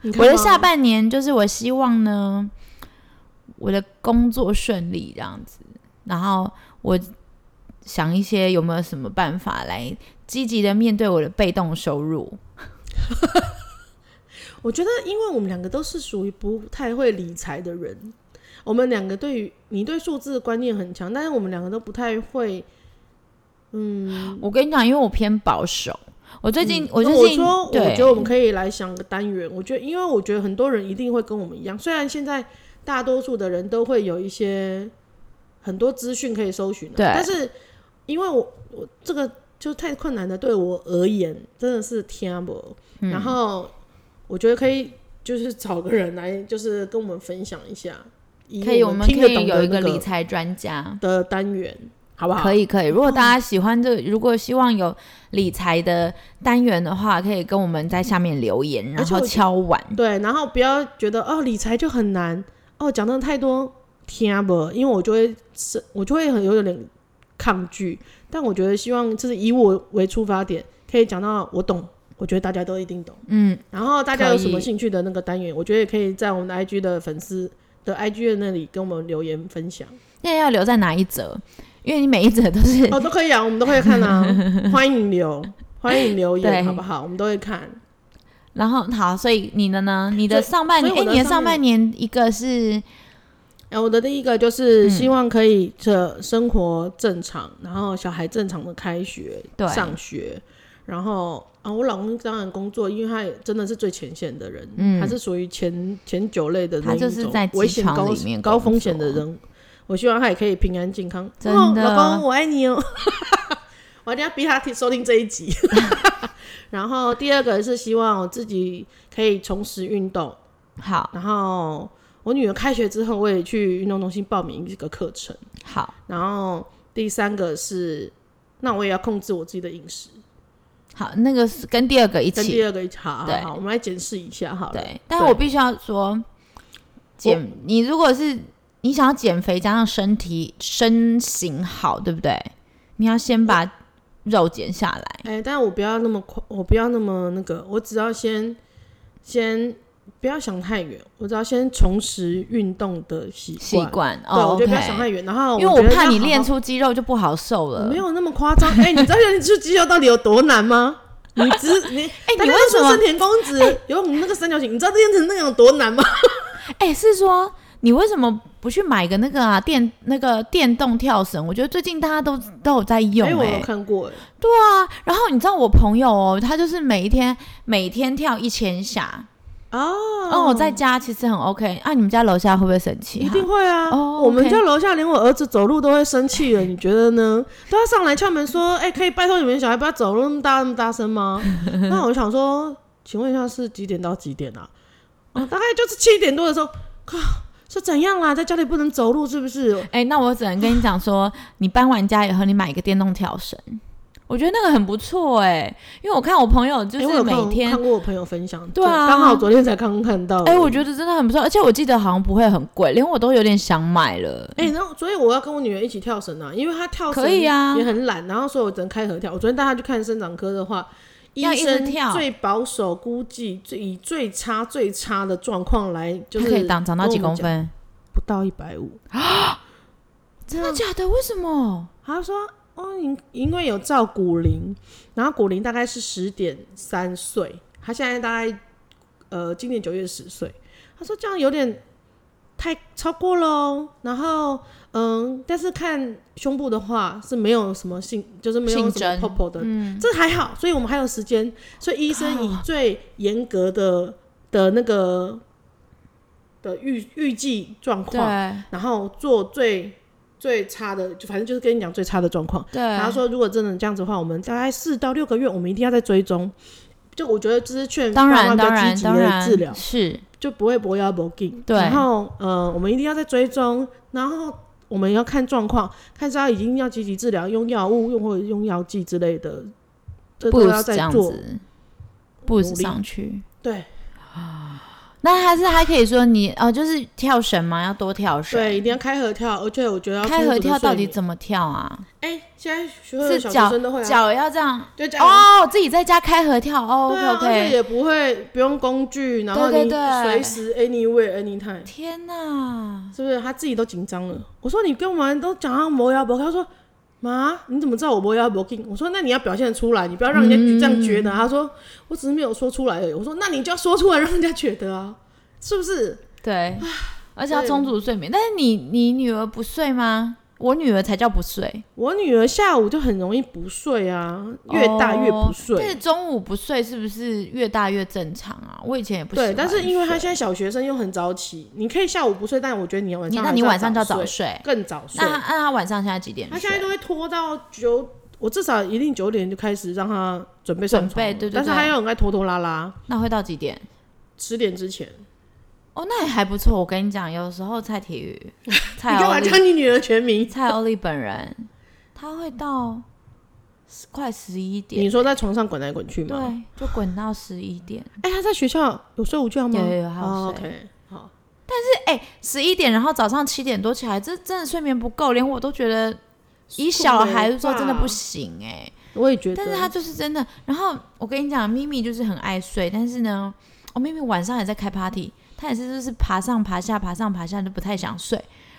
Speaker 1: 你看
Speaker 2: 我的
Speaker 1: 吗
Speaker 2: 下半年就是我希望呢，我的工作顺利这样子，然后我想一些有没有什么办法来积极的面对我的被动收入。
Speaker 1: 我觉得，因为我们两个都是属于不太会理财的人，我们两个对于你对数字的观念很强，但是我们两个都不太会。嗯，
Speaker 2: 我跟你讲，因为我偏保守，我最近、我
Speaker 1: 那
Speaker 2: 最近
Speaker 1: 说，我
Speaker 2: 对
Speaker 1: 觉得我们可以来想个单元。我觉得，因为我觉得很多人一定会跟我们一样，虽然现在大多数的人都会有一些很多资讯可以搜寻、啊，
Speaker 2: 对
Speaker 1: 但是因为我我这个就太困难了，对我而言真的是听不。
Speaker 2: 嗯
Speaker 1: 然后我觉得可以就是找个人来，就是跟我们分享一下，以
Speaker 2: 可以，
Speaker 1: 我
Speaker 2: 我们
Speaker 1: 听
Speaker 2: 可
Speaker 1: 得
Speaker 2: 以
Speaker 1: 懂
Speaker 2: 有
Speaker 1: 的
Speaker 2: 一个
Speaker 1: 那
Speaker 2: 理财专家。
Speaker 1: 的单元，好不好？
Speaker 2: 可以可以，如果大家喜欢这个，如果希望有理财的单元的话，可以跟我们在下面留言，然
Speaker 1: 而且我
Speaker 2: 后
Speaker 1: 觉得
Speaker 2: 敲碗。
Speaker 1: 对，然后不要觉得哦理财就很难哦，讲的太多听不，因为我就会是，我就会很有点抗拒。但我觉得希望就是以我为出发点，可以讲到我懂，我觉得大家都一定懂。
Speaker 2: 嗯，
Speaker 1: 然后大家有什么
Speaker 2: 可以
Speaker 1: 兴趣的那个单元，我觉得也可以在我们的 IG 的粉丝的 IG 的那里跟我们留言分享
Speaker 2: 那要留在哪一则？因为你每一则都是
Speaker 1: 哦，都可以啊，我们都会看啊， 欢迎留，欢迎留
Speaker 2: 对
Speaker 1: 言，好不好？我们都会看。
Speaker 2: 然后好，所以你的呢？你的
Speaker 1: 所以
Speaker 2: 上半年，
Speaker 1: 所以
Speaker 2: 哎，
Speaker 1: 我的
Speaker 2: 你的
Speaker 1: 上
Speaker 2: 上半年一个是
Speaker 1: 然后哎我的第一个
Speaker 2: 嗯
Speaker 1: 就是希望可以这生活正常，然后小孩正常的开学、
Speaker 2: 对
Speaker 1: 上学，然后啊，我老公当然工作，因为他也真的是最前线的人，
Speaker 2: 嗯
Speaker 1: 他是属于前前九类的那一
Speaker 2: 他
Speaker 1: 种
Speaker 2: 就是在
Speaker 1: 危
Speaker 2: 机
Speaker 1: 险
Speaker 2: 场
Speaker 1: 高
Speaker 2: 里面
Speaker 1: 高
Speaker 2: 工
Speaker 1: 风险的
Speaker 2: 作
Speaker 1: 人，我希望他也可以平安健康。
Speaker 2: 真
Speaker 1: 哦
Speaker 2: 的
Speaker 1: 老公，我爱你哦！ 我一定要逼他听收听这一集。 然后第二个是希望我自己可以重拾运动，
Speaker 2: 好
Speaker 1: 然后我女儿开学之后，我也去运动中心报名一个课程。
Speaker 2: 好
Speaker 1: 然后第三个是，那我也要控制我自己的饮食。
Speaker 2: 好，那个是跟第二个一
Speaker 1: 跟第
Speaker 2: 起
Speaker 1: 二个一起，好好
Speaker 2: 对
Speaker 1: 好，我们来检视一下好了。
Speaker 2: 对，但我必须要说，减你如果是你想要减肥加上身体身形好，对不对？你要先把肉减下来，
Speaker 1: 哎、但我不要那么快，我不要那么那个，我只要先先不要想太远，我只要先重拾运动的习
Speaker 2: 习
Speaker 1: 惯。
Speaker 2: 惯
Speaker 1: 对，我
Speaker 2: 哦
Speaker 1: 觉得不要想
Speaker 2: ，OK。
Speaker 1: 太远。然后
Speaker 2: 因为
Speaker 1: 我觉得
Speaker 2: 怕
Speaker 1: 要
Speaker 2: 你
Speaker 1: 好
Speaker 2: 练
Speaker 1: 好
Speaker 2: 出肌肉就不好瘦
Speaker 1: 我
Speaker 2: 了。
Speaker 1: 没有那么夸张。哎、你知道你吃肌肉到底有多难吗？你 只你
Speaker 2: 哎，
Speaker 1: 大
Speaker 2: 你
Speaker 1: 家
Speaker 2: 为
Speaker 1: 都
Speaker 2: 什
Speaker 1: 说
Speaker 2: 么
Speaker 1: 森田公子、有我们那个三角形，你知道练成那个有多难吗？
Speaker 2: 哎、是说你为什么不去买个那个啊电那个电动跳绳？我觉得最近大家都都有在用
Speaker 1: 哎我
Speaker 2: 哎、
Speaker 1: 有看过、哎，
Speaker 2: 对啊。然后你知道我朋友哦，他就是每一天每天跳一千下。
Speaker 1: 哦
Speaker 2: 哦，我在家其实很 OK 啊。你们家楼下会不会生气、
Speaker 1: 一
Speaker 2: 啊？
Speaker 1: 定会啊！
Speaker 2: 哦
Speaker 1: 我们
Speaker 2: OK
Speaker 1: 家楼下连我儿子走路都会生气了，你觉得 呢？都要上来敲门说：“哎、可以拜托你们小孩不要走路那么大那么大声 吗？”那我想说，请问一下是几点到几点啊？哦，大概就是七点多的时候，靠，是怎样啦？在家里不能走路是不是？
Speaker 2: 哎、那我只能跟你讲说，你搬完家以后，你买一个电动跳绳，我觉得那个很不错哎、因为我看我朋友就
Speaker 1: 因为哎我
Speaker 2: 是
Speaker 1: 有看
Speaker 2: 每
Speaker 1: 我
Speaker 2: 天
Speaker 1: 看过我朋友分享，
Speaker 2: 对啊
Speaker 1: 刚好昨天才刚看到。
Speaker 2: 哎、我觉得真的很不错，而且我记得好像不会很贵，连我都有点想买了。
Speaker 1: 哎、然后所以我要跟我女儿一起跳绳啊，因为她跳绳
Speaker 2: 嗯可以啊
Speaker 1: 也很懒，然后所以我只能开合跳。我昨天带她去看生长科的话，医
Speaker 2: 要一直
Speaker 1: 生
Speaker 2: 跳
Speaker 1: 最保守估计，最以最差最差的状况来，就
Speaker 2: 它
Speaker 1: 是
Speaker 2: 可以长长到
Speaker 1: 跟
Speaker 2: 几
Speaker 1: 我们
Speaker 2: 公
Speaker 1: 讲？
Speaker 2: 分？
Speaker 1: 不到一百五。
Speaker 2: 真的假的？为什么？
Speaker 1: 她说：“哦，因因为有照骨龄，然后骨龄大概是十点三岁，她现在大概呃今年九月十岁。她说这样有点太超过喽。然后嗯，但是看胸部的话是没有什么性，就是没有
Speaker 2: 性
Speaker 1: 什么
Speaker 2: 征
Speaker 1: popo 的，这还好，所以我们还有时间。所以医生以最严格的的那个的预预计状况，然后做最最差的，就反正就是跟你讲最差的状况。
Speaker 2: 对，啊
Speaker 1: 然后说，如果真的这样子的话，我们大概四到六个月，我们一定要再追踪。就我觉得这是劝
Speaker 2: 当然
Speaker 1: 爸
Speaker 2: 当
Speaker 1: 妈比较积
Speaker 2: 然
Speaker 1: 极
Speaker 2: 当
Speaker 1: 的
Speaker 2: 然
Speaker 1: 治疗，
Speaker 2: 是
Speaker 1: 就不会不要不进。
Speaker 2: 对
Speaker 1: 然后呃，我们一定要再追踪，然后我们要看状况，看是要已经要积极治疗，用药物用或者用药剂之类的，这
Speaker 2: 不
Speaker 1: 都要
Speaker 2: 这
Speaker 1: 再
Speaker 2: 样
Speaker 1: 做。
Speaker 2: 子，不
Speaker 1: 努力
Speaker 2: 上去。
Speaker 1: 对，
Speaker 2: 那还是还可以说你哦，就是跳绳嘛，要多跳绳。
Speaker 1: 对，一定要开合跳，而且我觉得要
Speaker 2: 开合跳到底
Speaker 1: 么？
Speaker 2: 怎么跳啊？
Speaker 1: 哎，现在学会
Speaker 2: 是
Speaker 1: 的小学
Speaker 2: 脚
Speaker 1: 生都会啊，
Speaker 2: 脚要这样
Speaker 1: 对脚
Speaker 2: 哦，自己在家开合跳哦
Speaker 1: 对
Speaker 2: ，OK
Speaker 1: 啊，而且
Speaker 2: OK。
Speaker 1: 也不会不用工具，然后
Speaker 2: 对对
Speaker 1: 你
Speaker 2: 对
Speaker 1: 随时 anywhere anytime，
Speaker 2: 天哪！
Speaker 1: 是不是？他自己都紧张了。我说你跟我们都讲到磨牙磨，他说妈，你怎么知道我磨牙磨劲？我说那你要表现出来，你不要让人家这样觉
Speaker 2: 嗯
Speaker 1: 得啊。他说我只是没有说出来而已。我说那你就要说出来，让人家觉得啊，是不是？
Speaker 2: 对，而且要
Speaker 1: 对
Speaker 2: 充足睡眠。但是你你女儿不睡吗？我女儿才叫不睡，
Speaker 1: 我女儿下午就很容易不睡啊，越大越不
Speaker 2: 但
Speaker 1: 睡。
Speaker 2: 是中午不睡是不是越大越正常啊？我以前也不喜
Speaker 1: 对，
Speaker 2: 欢
Speaker 1: 但是因为她
Speaker 2: 睡
Speaker 1: 现在小学生又很早起，你可以下午不睡，但我觉得你晚
Speaker 2: 你
Speaker 1: 上
Speaker 2: 那你
Speaker 1: 还是
Speaker 2: 晚上就要早
Speaker 1: 睡，
Speaker 2: 睡。
Speaker 1: 更早睡
Speaker 2: 那。她那她晚上现在几点
Speaker 1: 他
Speaker 2: 睡？
Speaker 1: 现在都会拖到九，我至少一定九点就开始让他准备上
Speaker 2: 准
Speaker 1: 床
Speaker 2: 备
Speaker 1: 了，
Speaker 2: 对对
Speaker 1: 但是
Speaker 2: 对
Speaker 1: 他又很爱拖拖拉拉，
Speaker 2: 那会到几点？
Speaker 1: 十点之前。
Speaker 2: 哦，那也还不错。我跟你讲，有时候蔡体 育、
Speaker 1: 你
Speaker 2: 蔡
Speaker 1: 干
Speaker 2: 欧
Speaker 1: 嘛
Speaker 2: 丽
Speaker 1: 叫、你女儿全名？
Speaker 2: 蔡欧丽本人，他会到十快十一点，
Speaker 1: 你说在床上滚来滚去
Speaker 2: 对
Speaker 1: 吗？，
Speaker 2: 就滚到十一点。
Speaker 1: 哎、他在学校有睡午觉吗？
Speaker 2: 有有有还有
Speaker 1: 哦
Speaker 2: 睡
Speaker 1: OK，好，
Speaker 2: 哎十一点，然后早上七点多起来，这真的睡眠不够，连我都觉得以小孩说真的不行哎、
Speaker 1: 我也觉得。
Speaker 2: 但是他就是真的，然后我跟你讲，咪咪就是很爱睡，但是呢，我、咪咪晚上也在开 party，她也是就是爬上爬下，爬上爬下就不太想睡，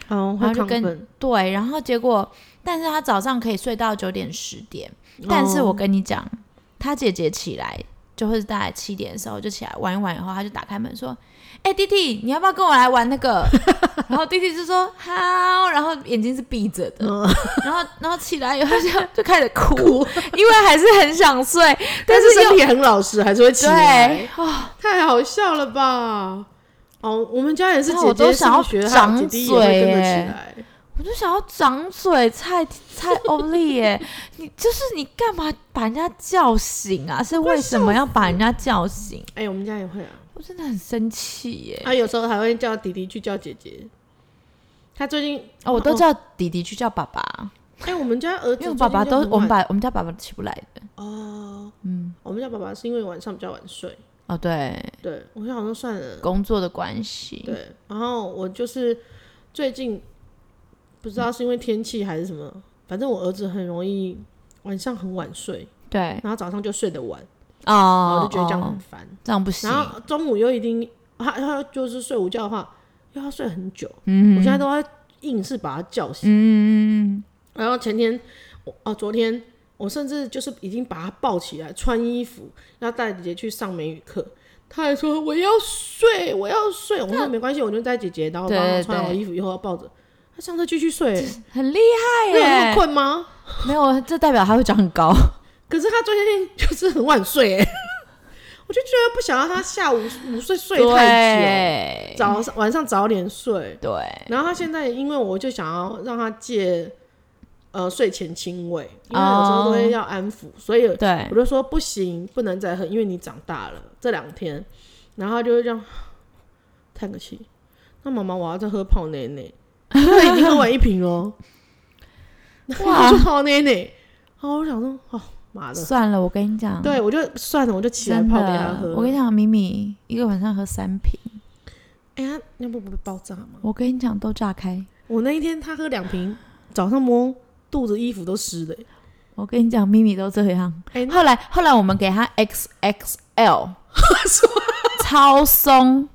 Speaker 1: 哦，会
Speaker 2: 然后就
Speaker 1: 亢
Speaker 2: 跟
Speaker 1: 奋。
Speaker 2: 对，然后结果，但是她早上可以睡到九点十点，但是我
Speaker 1: 哦
Speaker 2: 跟你讲，她姐姐起来就会是大概七点的时候就起来玩一玩，以后她就打开门说：“哎、弟弟，你要不要跟我来玩那个？” 然后弟弟就说：“好。”然后眼睛是闭着的，
Speaker 1: 嗯
Speaker 2: 然后然后起来以后就就开始哭，因为还是很想睡，但
Speaker 1: 但是
Speaker 2: 是又
Speaker 1: 身体很老实，还是会起来
Speaker 2: 对，，哦
Speaker 1: 太好笑了吧？哦，我们家也是
Speaker 2: 啊
Speaker 1: 姐姐，
Speaker 2: 我都想要
Speaker 1: 是不是学她
Speaker 2: 长
Speaker 1: 姐弟也会跟着
Speaker 2: 嘴欸
Speaker 1: 起
Speaker 2: 耶
Speaker 1: 来。
Speaker 2: 我就想要掌嘴蔡 蔡欧丽耶，你就是你干嘛把人家叫醒啊？是为什么要把人家叫醒？
Speaker 1: 哎、我们家也会啊。
Speaker 2: 我真的很生气耶！
Speaker 1: 他有时候还会叫弟弟去叫姐姐。他最近，
Speaker 2: 哦，我都叫弟弟去叫爸爸，
Speaker 1: 哎、我们家儿子
Speaker 2: 因为我爸爸
Speaker 1: 最近
Speaker 2: 都
Speaker 1: 就很
Speaker 2: 我们
Speaker 1: 晚
Speaker 2: 爸我们家爸爸起不来的。
Speaker 1: 哦，嗯，我们家爸爸是因为晚上比较晚睡，
Speaker 2: 哦，对，嗯
Speaker 1: 对我想说算了，
Speaker 2: 工作的关系，
Speaker 1: 对，然后我就是最近不知道是因为天气还是什么，反正我儿子很容易晚上很晚睡，
Speaker 2: 对
Speaker 1: 然后早上就睡得晚，然后
Speaker 2: 哦
Speaker 1: 就，觉得这样
Speaker 2: 哦
Speaker 1: 很烦，
Speaker 2: 这样不行
Speaker 1: 然。后中午又一定他他就是睡午觉的话，又要睡很久，
Speaker 2: 嗯
Speaker 1: 我现在都要硬是把他叫醒。
Speaker 2: 嗯，
Speaker 1: 然后前天，我哦，昨天我甚至就是已经把他抱起来，穿衣服，要带姐姐去上美语课。他还说我要睡，我要睡。我说没关系，我就带姐姐，然后帮她
Speaker 2: 对对
Speaker 1: 穿好
Speaker 2: 对
Speaker 1: 衣服以后抱着。他上车继续睡，
Speaker 2: 很厉
Speaker 1: 那
Speaker 2: 害
Speaker 1: 有那么
Speaker 2: 耶！
Speaker 1: 困吗？
Speaker 2: 没有，这代表他会长 很高。
Speaker 1: 可是他昨天就是很晚睡， 哎，我就觉得不想让他下午午睡睡太久，
Speaker 2: 对
Speaker 1: 早上晚上早点睡。
Speaker 2: 对，
Speaker 1: 然后他现在因为我就想要让他戒，呃，睡前亲喂，因为有时候都
Speaker 2: 哦
Speaker 1: 会要安抚，所以
Speaker 2: 对
Speaker 1: 我就说不行，不能再喝，因为你长大了这两天，然后他就会这样叹个气。那妈妈，我要再喝泡奶奶，他已经喝完一瓶喽。 哇，
Speaker 2: 哇
Speaker 1: 就泡奶奶。然后我想说，哦，妈的，
Speaker 2: 算了，我跟你讲，
Speaker 1: 对我就算了，我就起来
Speaker 2: 啊真
Speaker 1: 泡给他
Speaker 2: 的
Speaker 1: 喝。，
Speaker 2: 我跟你讲，米米一个晚上喝三瓶，
Speaker 1: 哎呀，那不不会爆炸吗？
Speaker 2: 我跟你讲都炸开。
Speaker 1: 我那一天他喝两 瓶，早上摸肚子衣服都湿的、啊
Speaker 2: 我跟你讲，咪咪都这样。
Speaker 1: 哎那
Speaker 2: 后来后来我们给他 XXL，超松，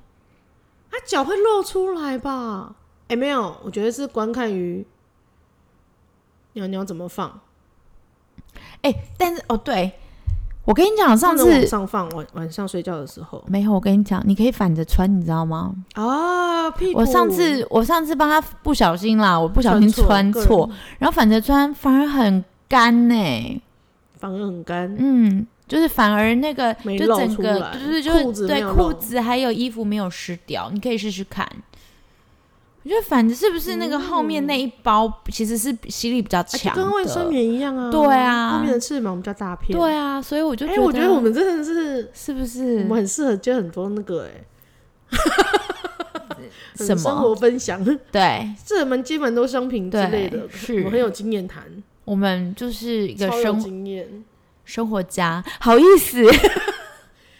Speaker 1: 他脚会露出来吧？哎、没有，我觉得是观看于鸟鸟怎么放，
Speaker 2: 哎、但是哦，对我跟你讲，上
Speaker 1: 不能往
Speaker 2: 次嗯
Speaker 1: 上放，晚晚上睡觉的时候
Speaker 2: 没有，我跟你讲，你可以反着穿，你知道吗？
Speaker 1: 啊，屁股。
Speaker 2: 我上次我上次帮他不小心啦，我不小心穿
Speaker 1: 个人
Speaker 2: 错，，然后反着穿反而很干呢、
Speaker 1: 反而很干。
Speaker 2: 嗯。就是反而那个，
Speaker 1: 没
Speaker 2: 就
Speaker 1: 露
Speaker 2: 整
Speaker 1: 出
Speaker 2: 个
Speaker 1: 来
Speaker 2: 就是就是
Speaker 1: 裤子没
Speaker 2: 对
Speaker 1: 有露
Speaker 2: 裤子还有衣服没有湿掉，你可以试试看。我觉得反正是不是那个后面那一包其实是吸力比较
Speaker 1: 哎就
Speaker 2: 强的，
Speaker 1: 跟卫生棉一样啊，
Speaker 2: 对啊
Speaker 1: 后面的翅膀比较大片。
Speaker 2: 对啊，所以我就
Speaker 1: 哎、
Speaker 2: 觉得，
Speaker 1: 我觉得我们真的是，
Speaker 2: 是不
Speaker 1: 我
Speaker 2: 是
Speaker 1: 们很适合接很多那个哎、很
Speaker 2: 什
Speaker 1: 生
Speaker 2: 么
Speaker 1: 活分享，
Speaker 2: 对，
Speaker 1: 这门基本都商品之类的
Speaker 2: 对，是
Speaker 1: 我们很有经验谈，
Speaker 2: 我们就是一个
Speaker 1: 超有
Speaker 2: 生
Speaker 1: 经验。
Speaker 2: 生活家，好意思，
Speaker 1: 哦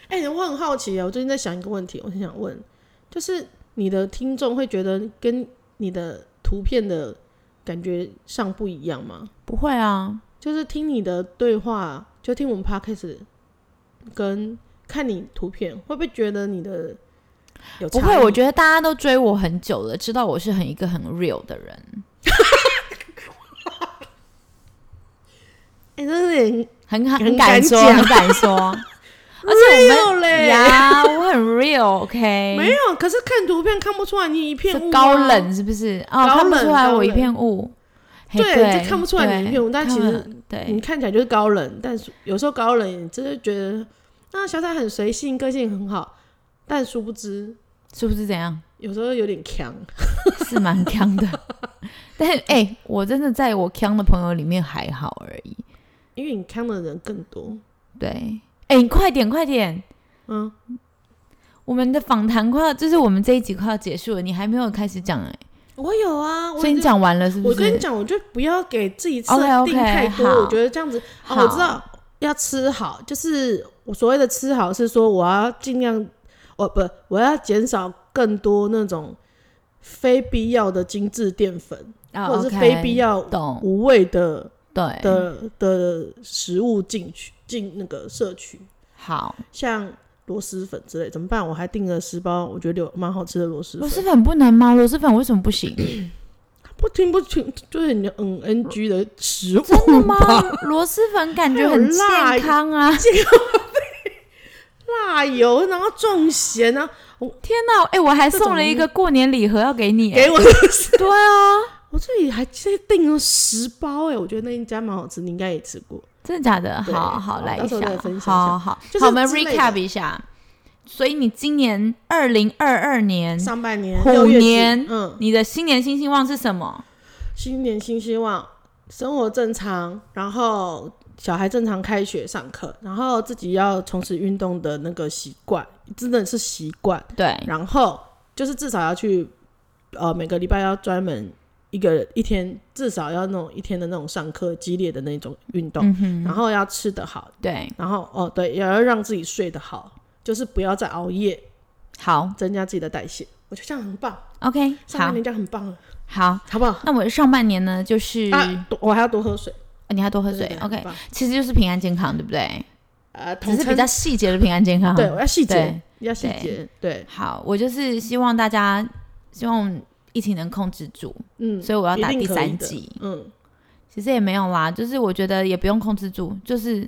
Speaker 1: 哎、我很好奇啊，我最近在想一个问题，我很想问，就是你的听众会觉得跟你的图片的感觉上不一样吗？
Speaker 2: 不会啊，
Speaker 1: 就是听你的对话，就听我们 podcast，跟看你图片，会不会觉得你的有
Speaker 2: 不
Speaker 1: 差
Speaker 2: 会。
Speaker 1: 异
Speaker 2: 我觉得大家都追我很久了，知道我是很一个很 real 的人。
Speaker 1: 哎、真的很
Speaker 2: 很很
Speaker 1: 很
Speaker 2: 敢
Speaker 1: 敢
Speaker 2: 说，
Speaker 1: 讲
Speaker 2: 很敢 说，而且我
Speaker 1: real
Speaker 2: 们
Speaker 1: 嘞
Speaker 2: 呀，我很 real，OK，、
Speaker 1: 没有，可是看图片看不出来你一片雾、
Speaker 2: 是
Speaker 1: 啊，
Speaker 2: 高冷是不是？哦，
Speaker 1: 高冷
Speaker 2: 看不出来
Speaker 1: 高
Speaker 2: 我
Speaker 1: 冷
Speaker 2: 一片雾，嘿
Speaker 1: 对
Speaker 2: 对，
Speaker 1: 这看不出来你一片雾
Speaker 2: 对
Speaker 1: 但其实
Speaker 2: 看不
Speaker 1: 你
Speaker 2: 对，
Speaker 1: 看起来就是高冷，但是有时候高冷，你真的觉得啊，小彩很随性，个性很好，但殊不知
Speaker 2: 是不是怎样？
Speaker 1: 有时候有点强。
Speaker 2: 是蛮强的， 但是哎、我真的在我强的朋友里面还好而已。
Speaker 1: 因为你看的人更多。
Speaker 2: 对，哎、你快点快点，
Speaker 1: 嗯，
Speaker 2: 我们的访谈快要，就是我们这一集快要结束了，你还没有开始讲哎、
Speaker 1: 我有啊，我
Speaker 2: 所以你
Speaker 1: 已经。
Speaker 2: 讲完了是不
Speaker 1: 我
Speaker 2: 是？
Speaker 1: 跟你讲，我就不要给自己设
Speaker 2: OK，OK，
Speaker 1: 定太多。
Speaker 2: 好
Speaker 1: 我觉得这样子，哦，
Speaker 2: 好
Speaker 1: 我知道要吃好，就是我所谓的吃好是说我要尽量，我不，我要减少更多那种非必要的精致淀粉，
Speaker 2: 啊，
Speaker 1: 或者是
Speaker 2: OK，
Speaker 1: 非必要
Speaker 2: 懂
Speaker 1: 无味的
Speaker 2: 对
Speaker 1: 的的食物进去进那个社区，
Speaker 2: 好。
Speaker 1: 像螺蛳粉之类，怎么办？我还订了十包，我觉得有蛮好吃的螺蛳
Speaker 2: 螺
Speaker 1: 粉。
Speaker 2: 蛳粉不能吗？螺蛳粉为什么 不行？
Speaker 1: 不听不清，就是你的嗯 NG 的食物
Speaker 2: 真的吗
Speaker 1: 吧？？
Speaker 2: 螺蛳粉感觉很健康啊！
Speaker 1: 哎辣油，然后重咸啊，
Speaker 2: 天哪，哎、我还送了一个过年礼盒要给你、
Speaker 1: 给
Speaker 2: 我。
Speaker 1: 我
Speaker 2: 对啊，
Speaker 1: 我这里还直接订了十包哎、我觉得那一家蛮好吃，你应该也吃过。
Speaker 2: 真的假的？
Speaker 1: 对
Speaker 2: 好好来
Speaker 1: 到
Speaker 2: 一
Speaker 1: 时
Speaker 2: 下
Speaker 1: 候再分享一，下
Speaker 2: 好好
Speaker 1: 就是
Speaker 2: 好，我们
Speaker 1: 之类的
Speaker 2: recap 一下。所以你今年二零二二年，
Speaker 1: 上半年
Speaker 2: 嗯虎
Speaker 1: 六月底
Speaker 2: 年
Speaker 1: 嗯，
Speaker 2: 你的新年新希望是什么？
Speaker 1: 新年新希望，生活正常，然后小孩正常开学上课，然后自己要重拾运动的那个习惯，真的是习惯。
Speaker 2: 对，
Speaker 1: 然后就是至少要去，呃，每个礼拜要专门一个一天，至少要那种一天的那种上课激烈的那种运动，
Speaker 2: 嗯哼，
Speaker 1: 然后要吃得好，
Speaker 2: 对，
Speaker 1: 然后哦对，也要让自己睡得好，就是不要再熬夜，
Speaker 2: 好
Speaker 1: 增加自己的代谢。我觉得这样很棒，
Speaker 2: ，OK，
Speaker 1: 上
Speaker 2: 好
Speaker 1: 半，年这样很棒了，
Speaker 2: 好。
Speaker 1: 好不好？
Speaker 2: 那我的上半年呢，就是、
Speaker 1: 啊，多我还要多喝水，
Speaker 2: 哦你还嗯多喝
Speaker 1: 喝
Speaker 2: 水，OK，
Speaker 1: 啊
Speaker 2: 其实就是平安健康，对不对？，
Speaker 1: 呃
Speaker 2: 只
Speaker 1: 统
Speaker 2: 是
Speaker 1: 称
Speaker 2: 比较细节的平安健康。
Speaker 1: 对，我要细节
Speaker 2: 对，
Speaker 1: 要细节，对，
Speaker 2: 好，我就是希望大家希望疫情能控制住，
Speaker 1: 嗯，
Speaker 2: 所以我要
Speaker 1: 一
Speaker 2: 打
Speaker 1: 定
Speaker 2: 第
Speaker 1: 可以
Speaker 2: 三
Speaker 1: 的
Speaker 2: 剂。
Speaker 1: 嗯，
Speaker 2: 其实也没有啦，就是我觉得也不用控制住，就是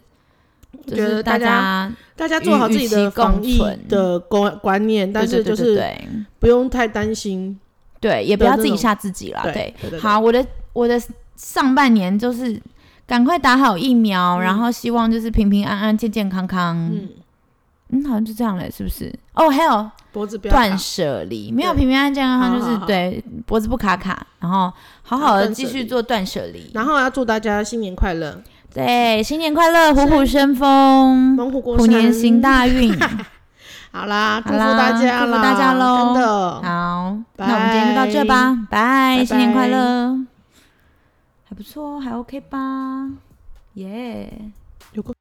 Speaker 2: 就
Speaker 1: 觉
Speaker 2: 是
Speaker 1: 得大
Speaker 2: 家
Speaker 1: 大家做好
Speaker 2: 与
Speaker 1: 自己
Speaker 2: 与其
Speaker 1: 的防
Speaker 2: 共
Speaker 1: 疫
Speaker 2: 存
Speaker 1: 的观观念，但是
Speaker 2: 对对
Speaker 1: 就
Speaker 2: 对
Speaker 1: 是
Speaker 2: 对
Speaker 1: 不用太担心。
Speaker 2: 对对，也不
Speaker 1: 的
Speaker 2: 要
Speaker 1: 那
Speaker 2: 自己
Speaker 1: 种
Speaker 2: 吓自己啦。
Speaker 1: 对
Speaker 2: 对
Speaker 1: 对对，对
Speaker 2: 好，我的我的上半年就是赶快打好疫苗，然后希望就是平平安安、健健康康。嗯
Speaker 1: 嗯，
Speaker 2: 好像就这样了，是不是？哦，还有
Speaker 1: 脖子不要
Speaker 2: 断
Speaker 1: 卡
Speaker 2: 舍离，没有
Speaker 1: 对
Speaker 2: 平平安安健康康，就是
Speaker 1: 好好好
Speaker 2: 对脖子不卡卡，然后好好
Speaker 1: 好
Speaker 2: 的
Speaker 1: 断
Speaker 2: 继
Speaker 1: 舍
Speaker 2: 续
Speaker 1: 离
Speaker 2: 做断舍离。
Speaker 1: 然后要祝大家新年快乐，
Speaker 2: 对，新年快乐，虎虎生风，
Speaker 1: 猛虎过
Speaker 2: 嗯虎年
Speaker 1: 山，
Speaker 2: 行大运。
Speaker 1: 好啦，祝
Speaker 2: 好
Speaker 1: 福
Speaker 2: 啦
Speaker 1: 大家
Speaker 2: 祝
Speaker 1: 啦，
Speaker 2: 福大家喽
Speaker 1: 真的，
Speaker 2: 好，那我们今天就到这吧，拜，
Speaker 1: 拜
Speaker 2: 新年快
Speaker 1: 拜
Speaker 2: 哦乐，还不错，还 OK 吧，耶、
Speaker 1: 有个